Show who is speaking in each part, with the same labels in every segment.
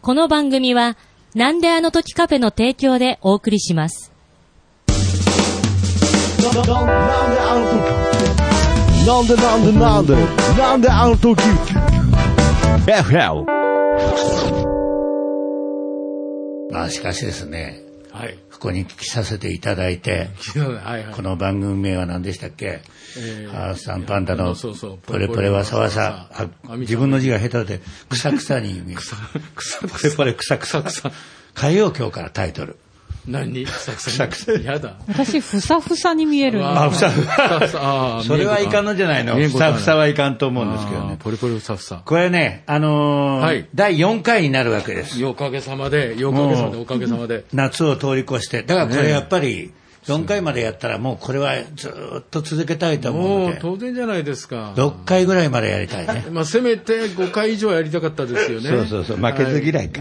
Speaker 1: この番組は、なんであの時カフェの提供でお送りします。
Speaker 2: なんであの時なんでなんでなんでなんであの時 ?FL!
Speaker 3: まあしかしですね、
Speaker 4: はい。
Speaker 3: ここに来させていただいて、
Speaker 4: はいはい。
Speaker 3: この番組名は何でしたっけ、
Speaker 4: えー
Speaker 3: ハースタンパンダの
Speaker 4: そうそう
Speaker 3: ポレポレはさわさ、あ
Speaker 4: あ
Speaker 3: 自分の字が下手で、く さくさに見える、
Speaker 4: 草
Speaker 3: ポレポレくさくさくさ。変えよう今日からタイトル。
Speaker 4: 何に草草
Speaker 3: 草草
Speaker 4: やだ。
Speaker 5: 私、ふさふさに見えるんだ。
Speaker 3: あ、ふさふ
Speaker 4: ふさあ
Speaker 3: さ。
Speaker 4: ー
Speaker 3: それはいかんのじゃないの。
Speaker 4: 見え
Speaker 3: ふ
Speaker 4: るこ
Speaker 3: さ
Speaker 4: とはない
Speaker 3: ふさはいかんと思うんですけど
Speaker 4: あー
Speaker 3: ね。
Speaker 4: ポリポリふさふさ。
Speaker 3: これね、あのー
Speaker 4: はい
Speaker 3: 第4回になるわけです。
Speaker 4: おかげさまで、おかげさまで、おかげさまで。
Speaker 3: 夏を通り越して。だからこ
Speaker 4: ね
Speaker 3: れ
Speaker 4: え
Speaker 3: やっぱり、4回までやったらもうこれはずーっと続けたいと思う
Speaker 4: も
Speaker 3: の
Speaker 4: う
Speaker 3: で。
Speaker 4: 当然じゃないですか。
Speaker 3: 6回ぐらいまでやりたい ね。
Speaker 4: まあ、せめて5回以上やりたかったですよね。
Speaker 3: そうそうそう、負けず嫌いか。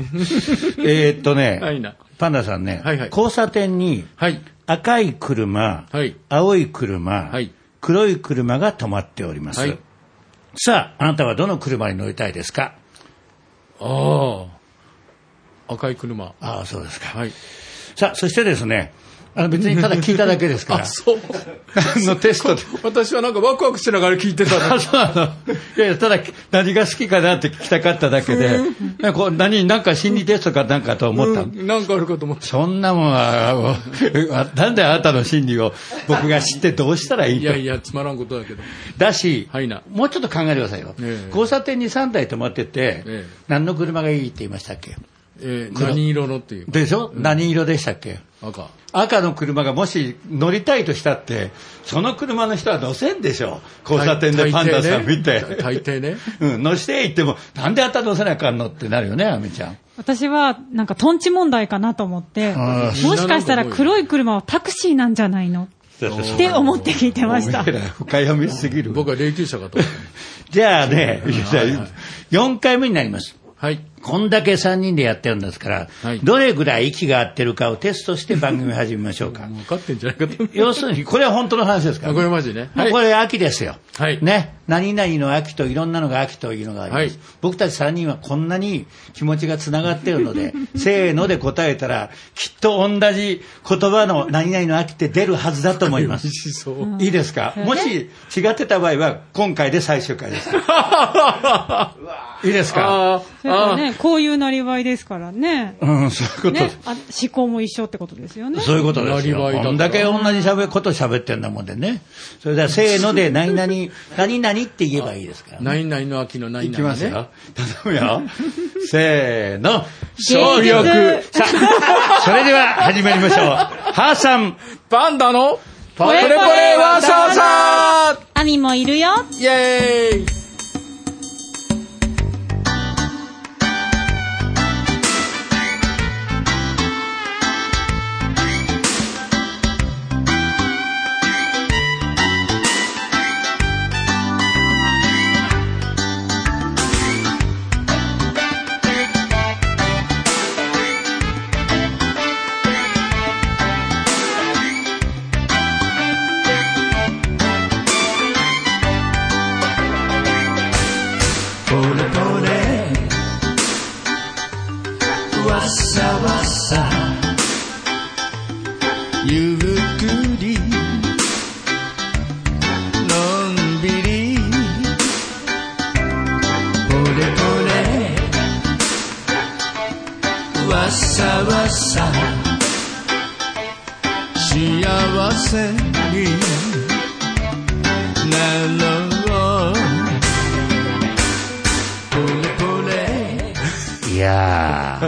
Speaker 3: えーっと
Speaker 4: はいな
Speaker 3: ね、パンダさんね、
Speaker 4: はいはい
Speaker 3: 交差点に
Speaker 4: はい。
Speaker 3: 赤い車、
Speaker 4: はい
Speaker 3: 青い車、
Speaker 4: はい
Speaker 3: 黒い車が止まっております、
Speaker 4: はい
Speaker 3: さあ、あなたはどの車に乗りたいですか
Speaker 4: ああ。赤い車。
Speaker 3: ああ、そうですか。
Speaker 4: はい。
Speaker 3: さあ、そしてですね、あの別にただ聞いただけですから、
Speaker 4: あ、そう。
Speaker 3: のテストで。
Speaker 4: 私はなんかワクワクしながら聞いてたの
Speaker 3: あそうなのいやいやただ何が好きかなって聞きたかっただけで、なんかこう何、なんか心理テストかなんかと思ったの、
Speaker 4: うんなんかあるかと思って。
Speaker 3: そんなもんは、あなんであなたの心理を僕が知ってどうしたらいい
Speaker 4: い
Speaker 3: と
Speaker 4: やいや、つまらんことだけど。
Speaker 3: だし、
Speaker 4: はいな
Speaker 3: もうちょっと考えてくださいよ。
Speaker 4: ええ
Speaker 3: 交差点に3台止まってて、
Speaker 4: ええ
Speaker 3: 何の車がいいって言いましたっけ
Speaker 4: えー
Speaker 3: 黒
Speaker 4: 何色のっていう
Speaker 3: でしょ、何色でしたっけ
Speaker 4: 赤。
Speaker 3: 赤の車がもし乗りたいとしたって、その車の人は乗せんでしょ交差点でパンダさん見て。
Speaker 4: 大抵ね。
Speaker 3: うん、乗して行っても、なんであんた乗せなあかんのってなるよね、アメちゃん。
Speaker 5: 私は、なんか、トンチ問題かなと思って、
Speaker 3: あ
Speaker 5: もしかしたら黒い車はタクシーなんじゃないのって思って聞いてました
Speaker 3: お前。ら深読みしすぎる。
Speaker 4: 僕は霊柩車かと思っ
Speaker 3: じゃあね、4回目になります。
Speaker 4: た。はい。
Speaker 3: こんだけ3人でやってるんですから、
Speaker 4: はい
Speaker 3: どれぐらい息が合ってるかをテストして番組始めましょうか。
Speaker 4: もう分かってんじゃないかと思う。
Speaker 3: 要するに、これは本当の話ですから、
Speaker 4: あこれマジね。
Speaker 3: もうこれ秋ですよ。
Speaker 4: はい
Speaker 3: ね。何々の秋といろんなのが秋というのがあります。
Speaker 4: はい
Speaker 3: 僕たち3人はこんなに気持ちがつながってるの で、せーので答えたら、きっと同じ言葉の何々の秋って出るはずだと思います
Speaker 4: 美。味しそう。
Speaker 3: いいですか、もし違ってた場合は、今回で最終回 です。いいですか
Speaker 4: あー
Speaker 5: それから
Speaker 4: あ
Speaker 5: ね、こういうなりわいですからね。
Speaker 3: うん、そういうことで
Speaker 5: ね
Speaker 3: す。、
Speaker 5: あ思考も一緒ってことですよね。
Speaker 3: そういうことですよ。
Speaker 4: なりわいだから
Speaker 3: こんだけ同じ喋こと喋ってんだもんでね。それでは、せーので、何々、何々って言えばいいですから
Speaker 4: ー。ないないの秋のない
Speaker 3: い
Speaker 4: な
Speaker 3: き
Speaker 4: い
Speaker 3: ますよ。頼む よ。せーの。
Speaker 5: 芸術
Speaker 3: さあ、それでは始まりましょう。ハーさん。
Speaker 4: パンダのポ
Speaker 5: ポ
Speaker 4: レ
Speaker 5: レ
Speaker 4: ポ
Speaker 5: ポ
Speaker 4: レ
Speaker 5: レ
Speaker 4: ワ
Speaker 5: ワ
Speaker 4: ー
Speaker 5: ー
Speaker 4: サ
Speaker 5: サ
Speaker 4: ー
Speaker 5: ー
Speaker 4: サ
Speaker 5: アミもいるよ。
Speaker 4: ーイェーイ
Speaker 2: ゆっくりのんびりポレポレわっさわっさ幸せになろうポレポレ
Speaker 3: いや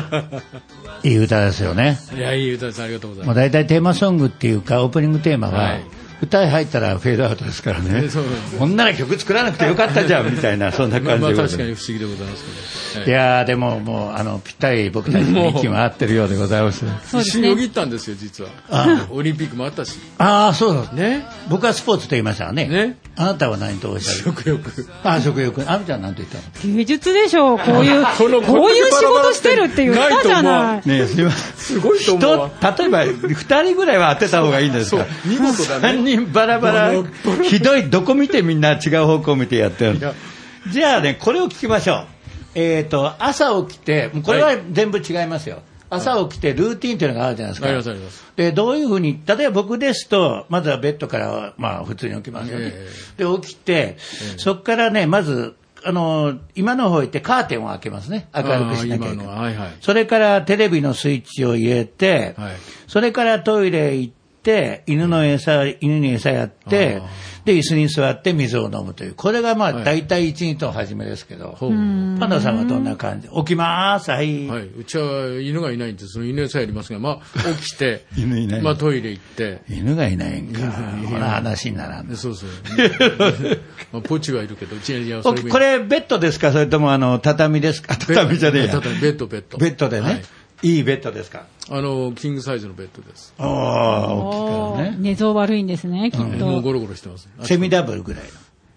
Speaker 3: ー、いい歌ですよね。
Speaker 4: いや、いい歌です。ありがとうござい
Speaker 3: も
Speaker 4: ま
Speaker 3: う大体テーマソングっていうか、オープニングテーマは、
Speaker 4: はい
Speaker 3: 歌入ったらフェードアウトですからね
Speaker 4: えそうなんです。
Speaker 3: こんなら曲作らなくてよかったじゃん、みたいな、そんな
Speaker 4: す。ま
Speaker 3: 感
Speaker 4: あ
Speaker 3: じ
Speaker 4: ま
Speaker 3: でご
Speaker 4: あ
Speaker 3: ざいま
Speaker 4: 確
Speaker 3: す
Speaker 4: かに不思議でございますけど。
Speaker 3: い
Speaker 4: ええ
Speaker 3: やー、でももう、あの、ぴったり僕たちの息も合ってるようでございます。
Speaker 5: そうで
Speaker 4: 一
Speaker 5: す
Speaker 4: 瞬よ
Speaker 5: ね。
Speaker 4: ぎったんですよ、実は
Speaker 3: あ。
Speaker 4: オリンピックもあったし。
Speaker 3: ああ、そうだ。
Speaker 4: ね。
Speaker 3: 僕はスポーツと言いましたわね。
Speaker 4: ね
Speaker 3: あなたは何とおっしゃる
Speaker 4: 食欲。
Speaker 3: あ、食欲。あみちゃんなんて言ったの
Speaker 5: 芸術でしょう。こういう、
Speaker 4: この
Speaker 5: こういう仕事してるって言ったじゃ
Speaker 4: な
Speaker 5: ないい。
Speaker 3: ねえ、すみません。
Speaker 4: すごいと
Speaker 3: 人、
Speaker 4: 思うわ。
Speaker 3: 例えば、二人ぐらいは当てた方がいいんですか
Speaker 4: そう見事だね
Speaker 3: 三人バラバ
Speaker 4: バラバ
Speaker 3: ラ。ひどい、どこ見てみんな違う方向見てやってる
Speaker 4: や。
Speaker 3: じゃあね、これを聞きましょう。えー、と朝起きて、もうこれは全部違いますよ、朝起きてルーティンというのがあるじゃないですか、
Speaker 4: ありますあります
Speaker 3: でどういうふうに、例えば僕ですと、まずはベッドから、まあ、普通に起きますよね、
Speaker 4: え
Speaker 3: で起きて、そこからね、まずあの今の方行って、カーテンを開けますね、明るくしなきゃい
Speaker 4: あ
Speaker 3: け
Speaker 4: ー今
Speaker 3: な。
Speaker 4: のはいはいはい
Speaker 3: それからテレビのスイッチを入れて、
Speaker 4: はい
Speaker 3: それからトイレ行って、犬の餌、犬に餌やって
Speaker 4: あ、
Speaker 3: で、椅子に座って水を飲むという。これがまあ、
Speaker 4: はい
Speaker 3: 大体一日の初めですけど、
Speaker 4: ほう
Speaker 3: パンダさんはどんな感じ起きまーす、はい。、
Speaker 4: はい、うちは犬がいないんで、その犬さえありますが、まあ、起きて
Speaker 3: 犬いない
Speaker 4: まあ、トイレ行って、
Speaker 3: 犬がいないんか。
Speaker 4: 犬
Speaker 3: ほら、話にならん
Speaker 4: で
Speaker 3: です。
Speaker 4: そうそう、 まあ、ポチはいるけど、うちにはそれ
Speaker 3: 起
Speaker 4: も
Speaker 3: きこれ、ベッドですかそれとも、あの、畳ですか
Speaker 4: ベッド
Speaker 3: 畳じゃねえや。
Speaker 4: 畳ベッドベッド
Speaker 3: ベッドで
Speaker 4: は
Speaker 3: ね
Speaker 4: い。
Speaker 3: いいベッドですか
Speaker 4: あのキングサイズのベッドです、
Speaker 3: おー、大きいからね。
Speaker 5: 寝相悪いんですね、きっ
Speaker 4: もうゴ
Speaker 5: と。
Speaker 4: ロゴロしてます、
Speaker 3: セミダブルぐらい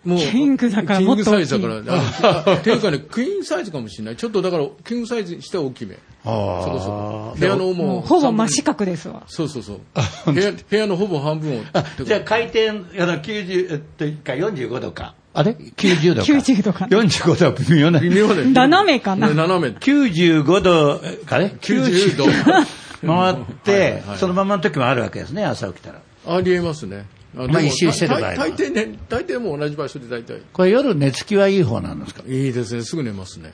Speaker 3: の。
Speaker 4: もう
Speaker 5: キングだから
Speaker 4: キングサイズ
Speaker 5: もっ
Speaker 4: だ
Speaker 5: と
Speaker 4: から
Speaker 5: 大、
Speaker 4: あっていうかね、クイーンサイズかもしれない、ちょっとだから、キングサイズにしては大きめ、
Speaker 3: あー
Speaker 4: そこそこ、部屋の
Speaker 5: も
Speaker 4: も
Speaker 5: う
Speaker 4: う、
Speaker 5: ほぼ真四角ですわ。
Speaker 4: そうそうそう、部屋部屋のほぼ半分を、
Speaker 3: じゃあ回転、あの90、えっと、か45度か。あれ ?90 度か。
Speaker 5: 90度か
Speaker 3: 45度は微妙な。
Speaker 4: 微妙だよ
Speaker 5: 斜めかな
Speaker 4: ね斜め、
Speaker 3: 95度かね
Speaker 4: 90 度。
Speaker 3: 回っ
Speaker 4: はいは
Speaker 3: て
Speaker 4: いはい、
Speaker 3: そのままの時もあるわけですね、朝起きたら。
Speaker 4: ありえますね。あ
Speaker 3: まあ一周してればいいな
Speaker 4: 大大抵ね、大抵もう同じ場所で大体。
Speaker 3: これ夜寝つきはいい方なんですか
Speaker 4: いいですね、すぐ寝ますね。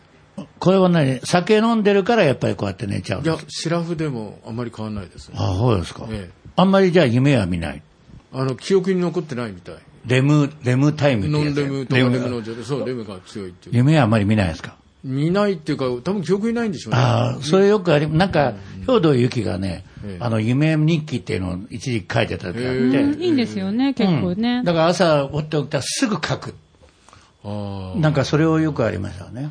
Speaker 3: これは何酒飲んでるからやっぱりこうやって寝ちゃうん
Speaker 4: い
Speaker 3: で
Speaker 4: や
Speaker 3: すか、
Speaker 4: シラフでもあんまり変わんないですね。
Speaker 3: あ、そうですか
Speaker 4: ええ。
Speaker 3: あんまりじゃあ夢は見ない。
Speaker 4: あの、記憶に残ってないみたい。
Speaker 3: レム、レムタイムって
Speaker 4: ノ
Speaker 3: や
Speaker 4: ン
Speaker 3: つ
Speaker 4: レムとかレムの状態、そう、レムが強いっていう。
Speaker 3: 夢はあんまり見ないですか
Speaker 4: 見ないっていうか、多分記憶にないんでしょうね。
Speaker 3: ああ、それよくあり、なんか、兵藤由紀がね
Speaker 4: ええ、
Speaker 3: あの、夢日記っていうのを一時期書いてた時があっ
Speaker 4: へ
Speaker 3: て、
Speaker 5: うんいいんですよね、結構ね。
Speaker 3: だから朝掘っておきたらすぐ書く。
Speaker 4: あ
Speaker 3: なんかそれをよくありましたね。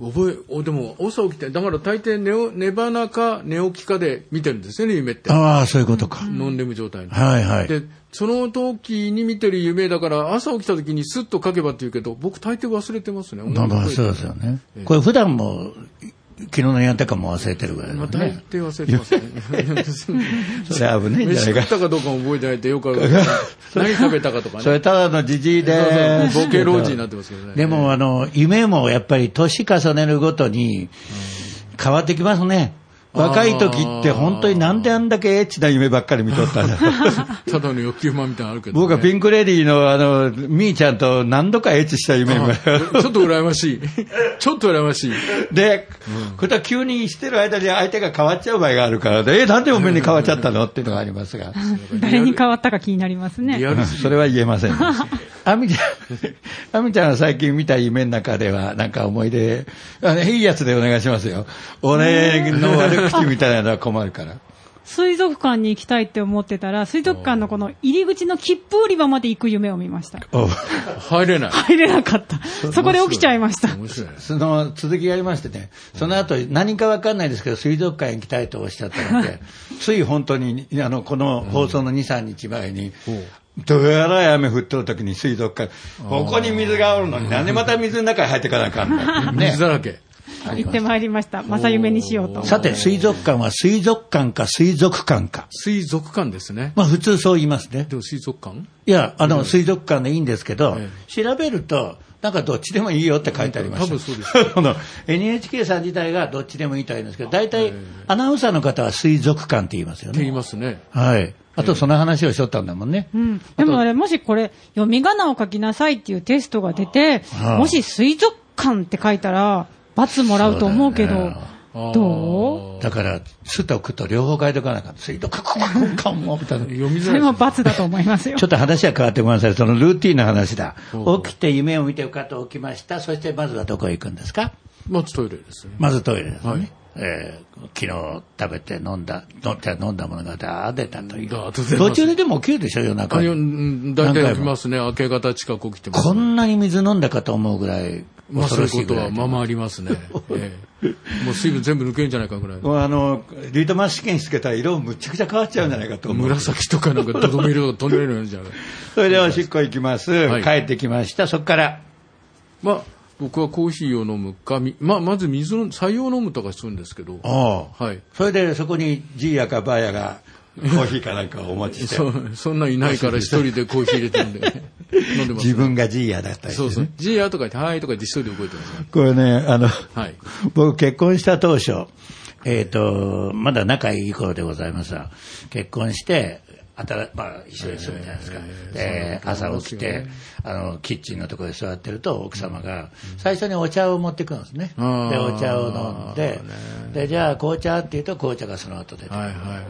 Speaker 4: ー覚え、おでも、朝起きて、だから大抵寝お寝花か寝起きかで見てるんですよね、夢って。
Speaker 3: ああ、そういうことか。
Speaker 4: ノンレム状態の。
Speaker 3: はいはい。
Speaker 4: で、その時に見てる夢だから、朝起きた時にスッと書けばって言うけど、僕大抵忘れてますね。
Speaker 3: まあまあそうですよね。これ普段も、昨日のやったかも忘れてるぐらい
Speaker 4: ま
Speaker 3: の
Speaker 4: あ、大
Speaker 3: ね。
Speaker 4: 抵忘れてますね。
Speaker 3: それ危ねえんじゃ
Speaker 4: 飯
Speaker 3: ない
Speaker 4: 食
Speaker 3: か
Speaker 4: っ。たかどうかも覚えてないってよくあるけど何食べたかとか
Speaker 3: そ
Speaker 4: ね。
Speaker 3: れただのじじい
Speaker 4: そう
Speaker 3: で
Speaker 4: そう
Speaker 3: す。
Speaker 4: ボケ老人になってますけどね。
Speaker 3: でもあの、夢もやっぱり年重ねるごとに変わってきますね。若い時って本当になんであんだけエッチな夢ばっかり見とったんだろう
Speaker 4: ただの欲求満みたいなのあるけど、ね。
Speaker 3: 僕はピンクレディーのあの、みーちゃんと何度かエッチした夢も。
Speaker 4: あちょっと羨ましい。ちょっと羨ましい。
Speaker 3: で、これは急にしてる間に相手が変わっちゃう場合があるからで、え、なんでおめえに変わっちゃったのっていうのがありますが、
Speaker 5: 誰に変わったか気になりますね
Speaker 4: リ。アル す
Speaker 3: それは言えません。あみちゃん、あみちゃんは最近見た夢の中では、なんか思い出、あのいいやつでお願いしますよ。俺の悪口みたいなのは困るから。
Speaker 5: 水族館に行きたいって思ってたら、水族館のこの入り口の切符売り場まで行く夢を見ました。
Speaker 3: お
Speaker 4: 入れない。
Speaker 5: 入れなかった。そこで起きちゃいました。
Speaker 4: 面白いね。
Speaker 3: その続きがありましてね、その後何かわかんないですけど、水族館行きたいとおっしゃったので、つい本当にあのこの放送の2、3日前に、どやらい雨降っとる時に水族館、ここに水があるのに、なんでまた水の中に入っていかなあかんの、 ね
Speaker 4: 水、だらけ。
Speaker 5: 行ってまいりました。正夢にしようと。
Speaker 3: さて、水族館は水族館か水族館か、
Speaker 4: 水族館ですね。
Speaker 3: まあ、普通そう言いますね。
Speaker 4: でも水族館
Speaker 3: いや、あの水族館でいいんですけど
Speaker 4: え、
Speaker 3: 調べると、なんかどっちでもいいよって書いてありました。
Speaker 4: 多分そうですよ
Speaker 3: あの NHK さん自体がどっちでもいいとは言うんですけど、大体アナウンサーの方は水族館って言いますよ
Speaker 4: って言い
Speaker 3: ね。
Speaker 4: ますね。
Speaker 3: はい。あとその話をしとったんだもんね。
Speaker 5: うん、でもあれ、もしこれ、読み仮名を書きなさいっていうテストが出て
Speaker 3: あ、
Speaker 5: もし水族館って書いたら、罰もらうと思うけ
Speaker 3: そう
Speaker 5: ど
Speaker 3: だね、
Speaker 5: どう
Speaker 3: だから、すとくと両方書いとかなかった。水族館も、みたいな。
Speaker 4: 読みづ
Speaker 5: そ
Speaker 4: ら
Speaker 5: れ
Speaker 4: い
Speaker 5: も罰だと思いますよ
Speaker 3: ちょ。っと話は変わってごめんなさい。そのルーティンの話だ
Speaker 4: お。う
Speaker 3: 起きて夢を見て浮かと起きました。そしてまずはどこへ行くんですか
Speaker 4: まずトイレですね。
Speaker 3: まずトイレですね。
Speaker 4: はい
Speaker 3: えー昨日食べて飲んだ、飲んだ飲んだものがだー出たという。
Speaker 4: だー出てます
Speaker 3: 途中ででも起きるでしょ、夜中
Speaker 4: あよう
Speaker 3: に。
Speaker 4: ん大体
Speaker 3: 何回
Speaker 4: 起
Speaker 3: も
Speaker 4: きますね。明け方近く起きてます
Speaker 3: こ。んなに水飲んだかと思うぐらい、
Speaker 4: まあ、
Speaker 3: 恐
Speaker 4: そう
Speaker 3: ろ
Speaker 4: いう
Speaker 3: しい
Speaker 4: こ
Speaker 3: ぐ
Speaker 4: と
Speaker 3: ら。
Speaker 4: はいまあまああります ね。ええもう水分全部抜けるんじゃないかぐらい。
Speaker 3: もうあの、リートマス試験つけたら色むちゃくちゃ変わっちゃうんじゃないかと思う。
Speaker 4: 紫とかなんかどどめ色が飛んでるようじゃない。
Speaker 3: それでおしっこ行きます。
Speaker 4: はい
Speaker 3: 帰ってきました。そこから。
Speaker 4: まあ、僕はコーヒーを飲むか、みまあ、まず水の、採用飲むとかするんですけど、
Speaker 3: おう
Speaker 4: はい。
Speaker 3: それでそこにじいやかばあやがコーヒーかなんかをお持ちして。
Speaker 4: そそんなんいないから一人でコーヒー入れてる んで、ね、飲んでます
Speaker 3: 自。分がジーヤだったりして
Speaker 4: そ
Speaker 3: ね
Speaker 4: うそう。ジーヤとか言って、はいとか言って一人で動いてます。
Speaker 3: これね、あの、
Speaker 4: はい
Speaker 3: 僕結婚した当初、えっ、と、まだ仲いい頃でございますが、結婚して、あたらまあ、一緒に住むじゃないですか。で、朝起きて、あの、キッチンのところで座ってると、奥様が、最初にお茶を持ってくるんですね。で、
Speaker 4: あー
Speaker 3: お茶を飲んで、で、じゃあ紅茶って言うと紅茶がその後出てくる
Speaker 4: はいはいはい。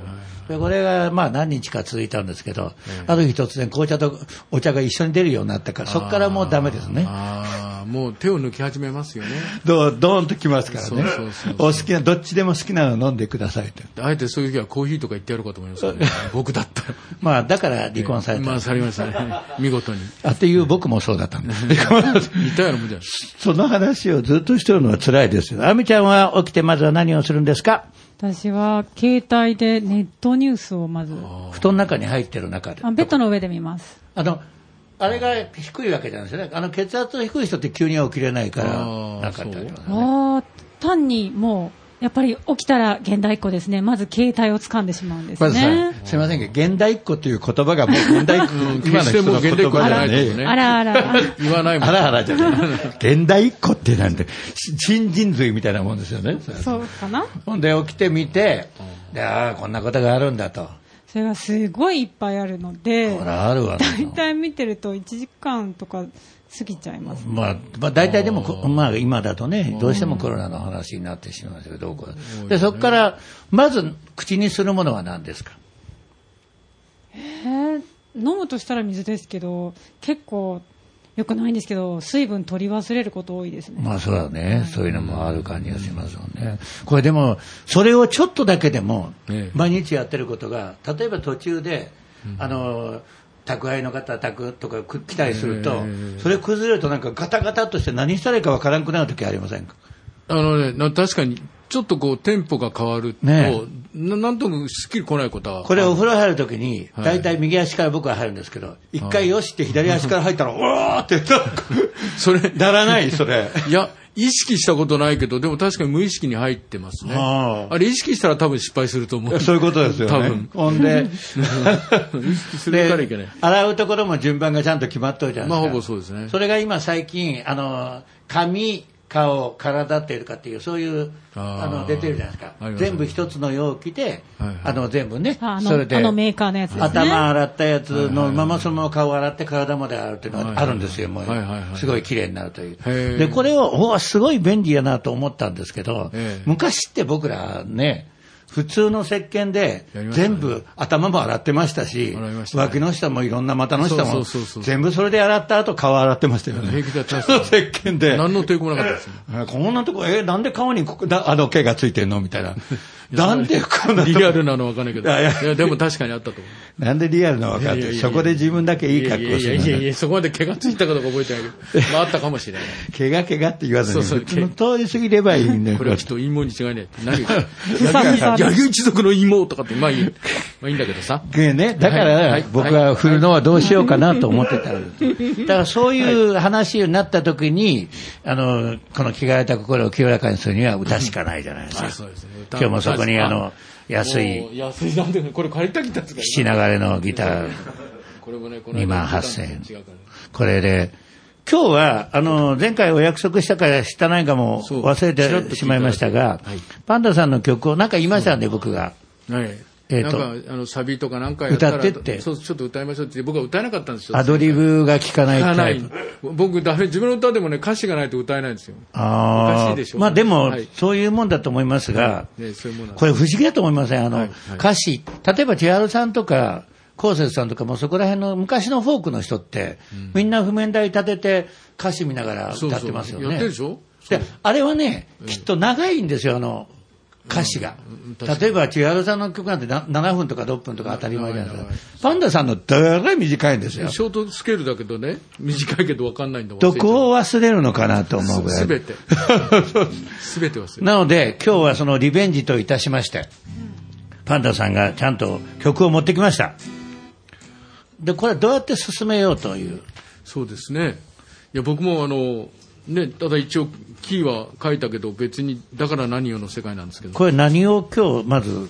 Speaker 3: でこれがまあ何日か続いたんですけど、ある日突然紅茶とお茶が一緒に出るようになったから、そこからもうダメですね。
Speaker 4: ああ、もう手を抜き始めますよね。
Speaker 3: どうドーンときますから
Speaker 4: そう
Speaker 3: ね
Speaker 4: そうそう。
Speaker 3: お好きな、どっちでも好きなの飲んでくださいと。
Speaker 4: あえてそういう時はコーヒーとか言ってやろうかと思いますけ どね。僕だったら。
Speaker 3: まあ、だから離婚された。
Speaker 4: まあ、されましたね。見事に。
Speaker 3: あっていう僕もそうだったんです。離婚
Speaker 4: 似たようなもんじゃない
Speaker 3: その話をずっとしてるのは辛いですよ。あみちゃんは起きてまずは何をするんですか
Speaker 5: 私は携帯でネットニュースをまず、
Speaker 3: 布団の中に入ってる中で。
Speaker 5: あベッドの上で見ます。
Speaker 3: あの、あれが低いわけじゃないですよね。あの、血圧の低い人って急には起きれないから
Speaker 4: あー、
Speaker 3: なかったりとかね
Speaker 5: ああ、単にもう、やっぱり起きたら現代っ子ですね。まず携帯を掴んでしまうんです
Speaker 3: まずさ
Speaker 5: ね。、
Speaker 3: すみませんが、現代っ子という言葉がもう現代っ子、今の人の言葉じゃない
Speaker 4: 決してもう現代っ子じゃないですよね
Speaker 5: あらあら。
Speaker 4: 言わないもん。
Speaker 3: あらあらじゃない。 現代っ子ってなんて、し新人類みたいなもんですよね。
Speaker 5: そうかな
Speaker 3: ほんで起きてみて、でああ、こんなことがあるんだと。
Speaker 5: それがすごいいっぱいあるので
Speaker 3: ほ、ら、あるわ。
Speaker 5: 大体見てると1時間とか過ぎちゃいます。
Speaker 3: まあ、まあ、大体でもこ、まあ、今だとね、どうしてもコロナの話になってしまうんですけど、どうこうで、そこから、まず口にするものは何ですか
Speaker 5: えー飲むとしたら水ですけど、結構良くないんですけど、水分取り忘れること多いですね。
Speaker 3: まあそうだね、そういうのもある感じがしますもんね。これでも、それをちょっとだけでも
Speaker 4: ええ、
Speaker 3: 毎日やってることが、例えば途中で、あの、宅配の方、宅とかく来たりすると、それ崩れるとなんかガタガタっとして何したらいいかわからなくなる時ありませんか
Speaker 4: あのね、な確かに、ちょっとこう、テンポが変わると、
Speaker 3: ね
Speaker 4: ななんともすっきり来ないことは。
Speaker 3: これ
Speaker 4: あ
Speaker 3: お風呂入るときに、大体右足から僕は入るんですけど、一回よしって左足から入ったら、 おーって、
Speaker 4: それ、
Speaker 3: ならない、それ。
Speaker 4: いや、意識したことないけど、でも確かに無意識に入って ますね。
Speaker 3: あ
Speaker 4: あれ、意識したら多分失敗すると思う。
Speaker 3: そういうことですよね。
Speaker 4: 多分
Speaker 3: ほん で、
Speaker 4: 意識するからいけない
Speaker 3: で洗うところも順番がちゃんと決まっとるじゃないですか。
Speaker 4: まあほぼそうですね
Speaker 3: それが今最近、あの、髪、顔、体っていうかっていう、そういう、
Speaker 4: あー
Speaker 3: あの、出てるじゃないです
Speaker 4: あり
Speaker 3: か。
Speaker 4: ます
Speaker 3: 全部一つの容器で、
Speaker 4: はいはい
Speaker 3: あの、全部ね、
Speaker 5: ああ
Speaker 3: それ
Speaker 5: の
Speaker 3: で。
Speaker 5: あのメーカーのやつですね。
Speaker 3: 頭洗ったやつのままそのまま顔洗って体まで洗うっていうのがあるんですよ、も
Speaker 4: はいはいは
Speaker 3: う。
Speaker 4: い
Speaker 3: すごい綺麗になるとい
Speaker 4: へ
Speaker 3: う。
Speaker 4: え
Speaker 3: で、これを、おーすごい便利やなと思ったんですけど
Speaker 4: ええ、
Speaker 3: 昔って僕らね、普通の石鹸で
Speaker 4: やりましたね
Speaker 3: 全部頭も洗ってましたし
Speaker 4: 洗いまし、たね
Speaker 3: 脇の下もいろんな股の下
Speaker 4: そ
Speaker 3: も
Speaker 4: うそうそうそう、
Speaker 3: 全部それで洗った後顔洗ってましたよね。
Speaker 4: 平気だった
Speaker 3: 普 通の石鹸で。
Speaker 4: 何の抵抗もなかった ですね。
Speaker 3: えーこんなとこ、えーなんで顔にここだあの毛がついてんのみたい な。なんでこんなとこ
Speaker 4: リアルなのは分かんないけど。
Speaker 3: い
Speaker 4: い
Speaker 3: やいや
Speaker 4: や、でも確かにあったと思う。
Speaker 3: なんでリアルな分かっ
Speaker 4: いや
Speaker 3: て
Speaker 4: いやいやいや
Speaker 3: そこで自分だけいい格好をする
Speaker 4: いやいやいや
Speaker 3: の
Speaker 4: いや
Speaker 3: ね。
Speaker 4: そこまで毛がついたかどうか覚えてないけ ど。まあ、あったかもしれない。
Speaker 3: 怪我怪我って言わずに、
Speaker 4: そうそう
Speaker 3: 普通の通り過ぎればいいんだよ。
Speaker 4: これはきっと陰謀に違いない。何 が。
Speaker 5: うさぎさん
Speaker 4: 八木一族の陰謀とかって、まあいい。まあいいんだけどさ。
Speaker 3: でね、だか
Speaker 4: はいは
Speaker 3: ら
Speaker 4: い
Speaker 3: 僕は振るのはどうしようかなと思ってたんです。だからそういう話になった時に、あの、この気がれた心を清らかにするには歌しかないじゃないですか。
Speaker 4: あそうですね
Speaker 3: 今日もそこにあの、安
Speaker 4: もう
Speaker 3: い、
Speaker 4: 安いなんていうのこれ借りたギターですか
Speaker 3: 七流れのギター。
Speaker 4: これもね、こ
Speaker 3: 2万8000
Speaker 4: 違う
Speaker 3: 円
Speaker 4: からね。
Speaker 3: これで、今日は、あの、前回お約束したから知ったないかも
Speaker 4: そう
Speaker 3: 忘
Speaker 4: ちらっと聞
Speaker 3: れ
Speaker 4: い
Speaker 3: て
Speaker 4: て
Speaker 3: しまいましたが
Speaker 4: はい、
Speaker 3: パンダさんの曲をなんか言いましたんで、僕が。
Speaker 4: はい。
Speaker 3: えー
Speaker 4: なん
Speaker 3: と
Speaker 4: か、あの、サビとか何回やたら
Speaker 3: 歌ってって
Speaker 4: そう、ちょっと歌いましょうって、僕は歌えなかったんですよ。
Speaker 3: アドリブが効かない
Speaker 4: 歌わ
Speaker 3: タ
Speaker 4: な
Speaker 3: イ
Speaker 4: い
Speaker 3: プ。。
Speaker 4: 僕、ダメ、自分の歌でもね、歌詞がないと歌えないんですよ。
Speaker 3: あー
Speaker 4: おかしいでしょ
Speaker 3: まあでも
Speaker 4: はい、
Speaker 3: そういうもんだと思いますが、
Speaker 4: ね、そういうものなん
Speaker 3: こ
Speaker 4: で
Speaker 3: れ不思議だと思いませんあの、
Speaker 4: はいはい
Speaker 3: 歌詞。例えば、千春さんとか、コウセツさんとかもそこら辺の昔のフォークの人って、みんな譜面台立てて歌詞見ながら
Speaker 4: そう
Speaker 3: 歌
Speaker 4: そう
Speaker 3: ってますよね。
Speaker 4: やってるでしょ
Speaker 3: で、あれはね、きっと長いんですよ、あの、歌詞が
Speaker 4: うんうん。確かに
Speaker 3: 例えば、千春さんの曲なんてな7分とか6分とか当たり前じゃないです
Speaker 4: 長い
Speaker 3: か。パンダさんのだらい短いんですよ。
Speaker 4: ショートスケールだけどね、短いけど分かんないんだもん。
Speaker 3: どこを忘れるのかなと思うぐらい。
Speaker 4: すべて。すべて忘れ
Speaker 3: なので、今日はそのリベンジといたしまして、パンダさんがちゃんと曲を持ってきました。で、これどうやって進めようという。
Speaker 4: そうですね。いや、僕もあの、ね、ただ一応、キーは書いたけど、別に、だから何よの世界なんですけど。
Speaker 3: これ何を今日まず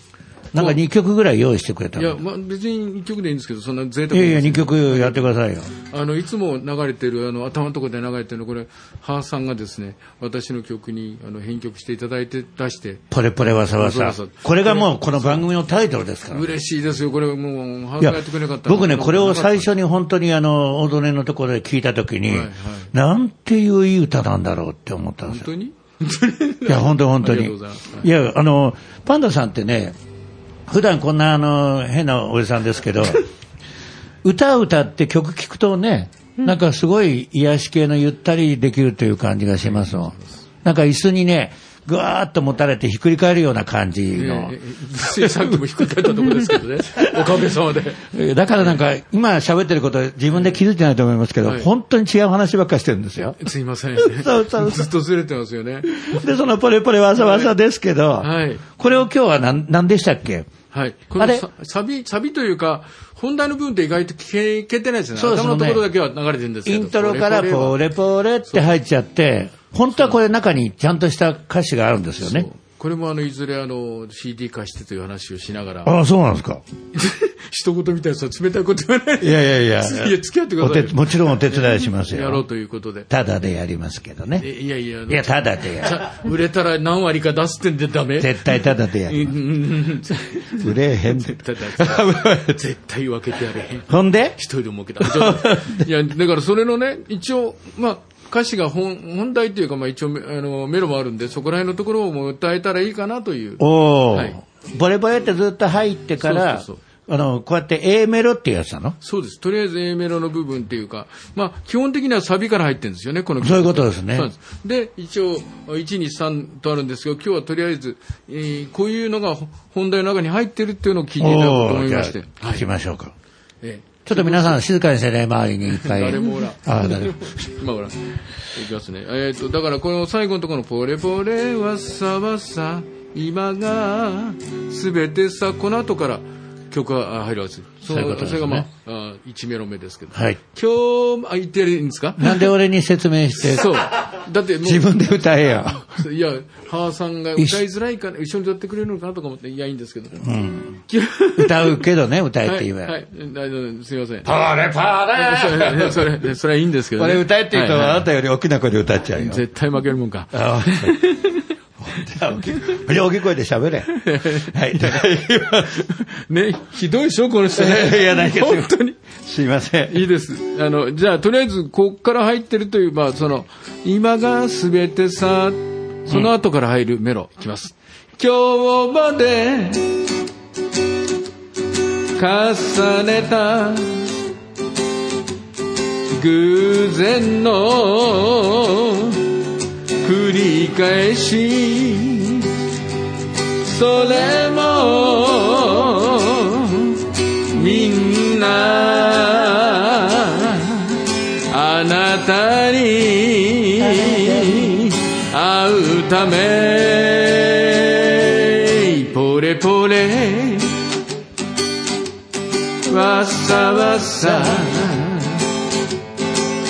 Speaker 3: なんか2曲ぐらい用意してくれた
Speaker 4: いや、
Speaker 3: の。
Speaker 4: まあ、別に一曲でいいんですけど、そんな贅
Speaker 3: い
Speaker 4: 沢
Speaker 3: や
Speaker 4: ない
Speaker 3: や、
Speaker 4: で
Speaker 3: 2
Speaker 4: す
Speaker 3: 曲やってくださいよ。
Speaker 4: あのいつも流れてるあの頭のところで流れてるのこれハーさんがですね私の曲にあの編曲していただいて出して
Speaker 3: ポレポレわさわ
Speaker 4: そう
Speaker 3: さ
Speaker 4: そう。
Speaker 3: これがもうこの番組のタイトルですから。
Speaker 4: 嬉しいですよこれもうハ
Speaker 3: い
Speaker 4: ーさん
Speaker 3: や
Speaker 4: がやってくれなかったら
Speaker 3: 僕ね、これを最初
Speaker 4: なか
Speaker 3: に本当にあの、大曽根のところで聞いたときに、
Speaker 4: はいはい
Speaker 3: なんていういい歌なんだろうって思ったん
Speaker 4: っ
Speaker 3: で
Speaker 4: た
Speaker 3: すよ。
Speaker 4: 本当に
Speaker 3: いや、本当本当
Speaker 4: あり
Speaker 3: に。
Speaker 4: がとうございます
Speaker 3: いや、あの、パンダさんってね、普段こんなあの、変なおじさんですけ ど、歌を歌って曲聴くとね、なんかすごい癒し系のゆったりできるという感じがしますもん。なんか椅子にね、ぐわーっと持たれてひっくり返るような感じの。
Speaker 4: ええええさっきもひっくり返ったところです けどねおかげさまで
Speaker 3: えーだからなんか、今喋ってること、自分で気づいてないと思いますけど、
Speaker 4: はい
Speaker 3: 本当に違う話ばっかりしてるんですよ。
Speaker 4: すいません
Speaker 3: そうそう
Speaker 4: ずっとずれてますよね
Speaker 3: で、そのポレポレわざわざですけど、
Speaker 4: はい
Speaker 3: これを今日は何何でしたっけ
Speaker 4: はいこの
Speaker 3: あれ
Speaker 4: ササビサビというか本題の部分って意外と聞け聞けてないですよね
Speaker 3: そうです
Speaker 4: 頭
Speaker 3: よね
Speaker 4: のところだけは流れてるんですけど
Speaker 3: イントロから
Speaker 4: これこれは
Speaker 3: ポレポレって入っちゃって、本当はこれ中にちゃんとした歌詞があるんですよね。
Speaker 4: これもあのいずれあの CD 化してという話をしながら、
Speaker 3: ああ、そうなんですか。
Speaker 4: 一言みたいな、そう冷たいこと言わない
Speaker 3: いやいやいや。
Speaker 4: いや付き合ってください
Speaker 3: お手もちろんお手伝いします
Speaker 4: でやろう
Speaker 3: よ。
Speaker 4: ということで。
Speaker 3: ただでやりますけど
Speaker 4: え
Speaker 3: ね。
Speaker 4: いやいや、あの
Speaker 3: いや、ただでや
Speaker 4: ち
Speaker 3: る。
Speaker 4: ゃ売れたら何割か出すってんでダメ
Speaker 3: 絶対ただでや
Speaker 4: う
Speaker 3: り
Speaker 4: ん
Speaker 3: ま
Speaker 4: うんうん
Speaker 3: す。売れへん。
Speaker 4: 絶 対出す絶対分けてやれへん。
Speaker 3: ほんで
Speaker 4: 一人でも受けた。ちょっ といや、だからそれのね、一応、まあ、歌詞が本本題というか、まあ一応め、あの、メロもあるんで、そこら辺のところをもう歌えたらいいかなという。
Speaker 3: おお、
Speaker 4: はい
Speaker 3: ボレボレってずっと入ってから、
Speaker 4: そうそう
Speaker 3: あの、こうやって A メロっていうやつなの
Speaker 4: そうです。とりあえず A メロの部分っていうか、まあ、基本的にはサビから入ってるんですよね、この曲
Speaker 3: そういうことですね
Speaker 4: そうなんです。で、一応、1、2、3とあるんですけど、今日はとりあえず、えーこういうのがほ本題の中に入ってるっていうのを聞いていただこうと思いまして
Speaker 3: おー。じゃあ聞きましょうか。
Speaker 4: ええ
Speaker 3: ちょっと皆さん静かにしてね、周りに一回。
Speaker 4: 誰もほら
Speaker 3: あー誰も
Speaker 4: 今ほら、いきますね。えっ、と、だからこの最後のところのポレポレはさわさ、今が、すべてさ、この後から曲があ入るわけです。
Speaker 3: そういうことですね
Speaker 4: それがまあ、あ1メロ目ですけど。
Speaker 3: はい。
Speaker 4: 今日、あ、言ってるんですか
Speaker 3: なんで俺に説明して、
Speaker 4: そう。だってもう、
Speaker 3: 自分で歌 えよ。
Speaker 4: いや、ハーさんが歌いづらいから、一緒に歌ってくれるのかなとか思って、いや、いいんですけど。
Speaker 3: うん。歌うけどね、歌えっ
Speaker 4: は
Speaker 3: て
Speaker 4: い、
Speaker 3: 言えば。
Speaker 4: はい、あのすみません。
Speaker 3: パレパ
Speaker 4: それ、それ、それはいいんですけど、
Speaker 3: こ
Speaker 4: ね。
Speaker 3: れ歌えって言うと、
Speaker 4: はいは
Speaker 3: あ
Speaker 4: い
Speaker 3: なたより大きな声で歌っちゃうよ。
Speaker 4: 絶対負けるもんか。
Speaker 3: あーじゃあ大きいじゃあ大きい声で喋れ。はい。とか言います
Speaker 4: ね、ひどいでしょ、この人ね。
Speaker 3: いやないですよ
Speaker 4: 本当に。
Speaker 3: すいません。
Speaker 4: いいです。あの、じゃあ、とりあえず、こっから入ってるという、まあ、その、今がすべてさ、その後から入るメロ、いきます。今日まで、重ねた、偶然の、繰り返し、それも、みんなあなたに会うためポレポレわさわさ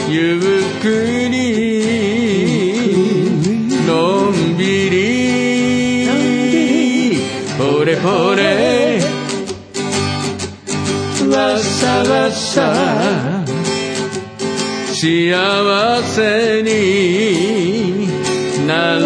Speaker 4: ゆっくりのんびりポレポレわさわさ幸せにな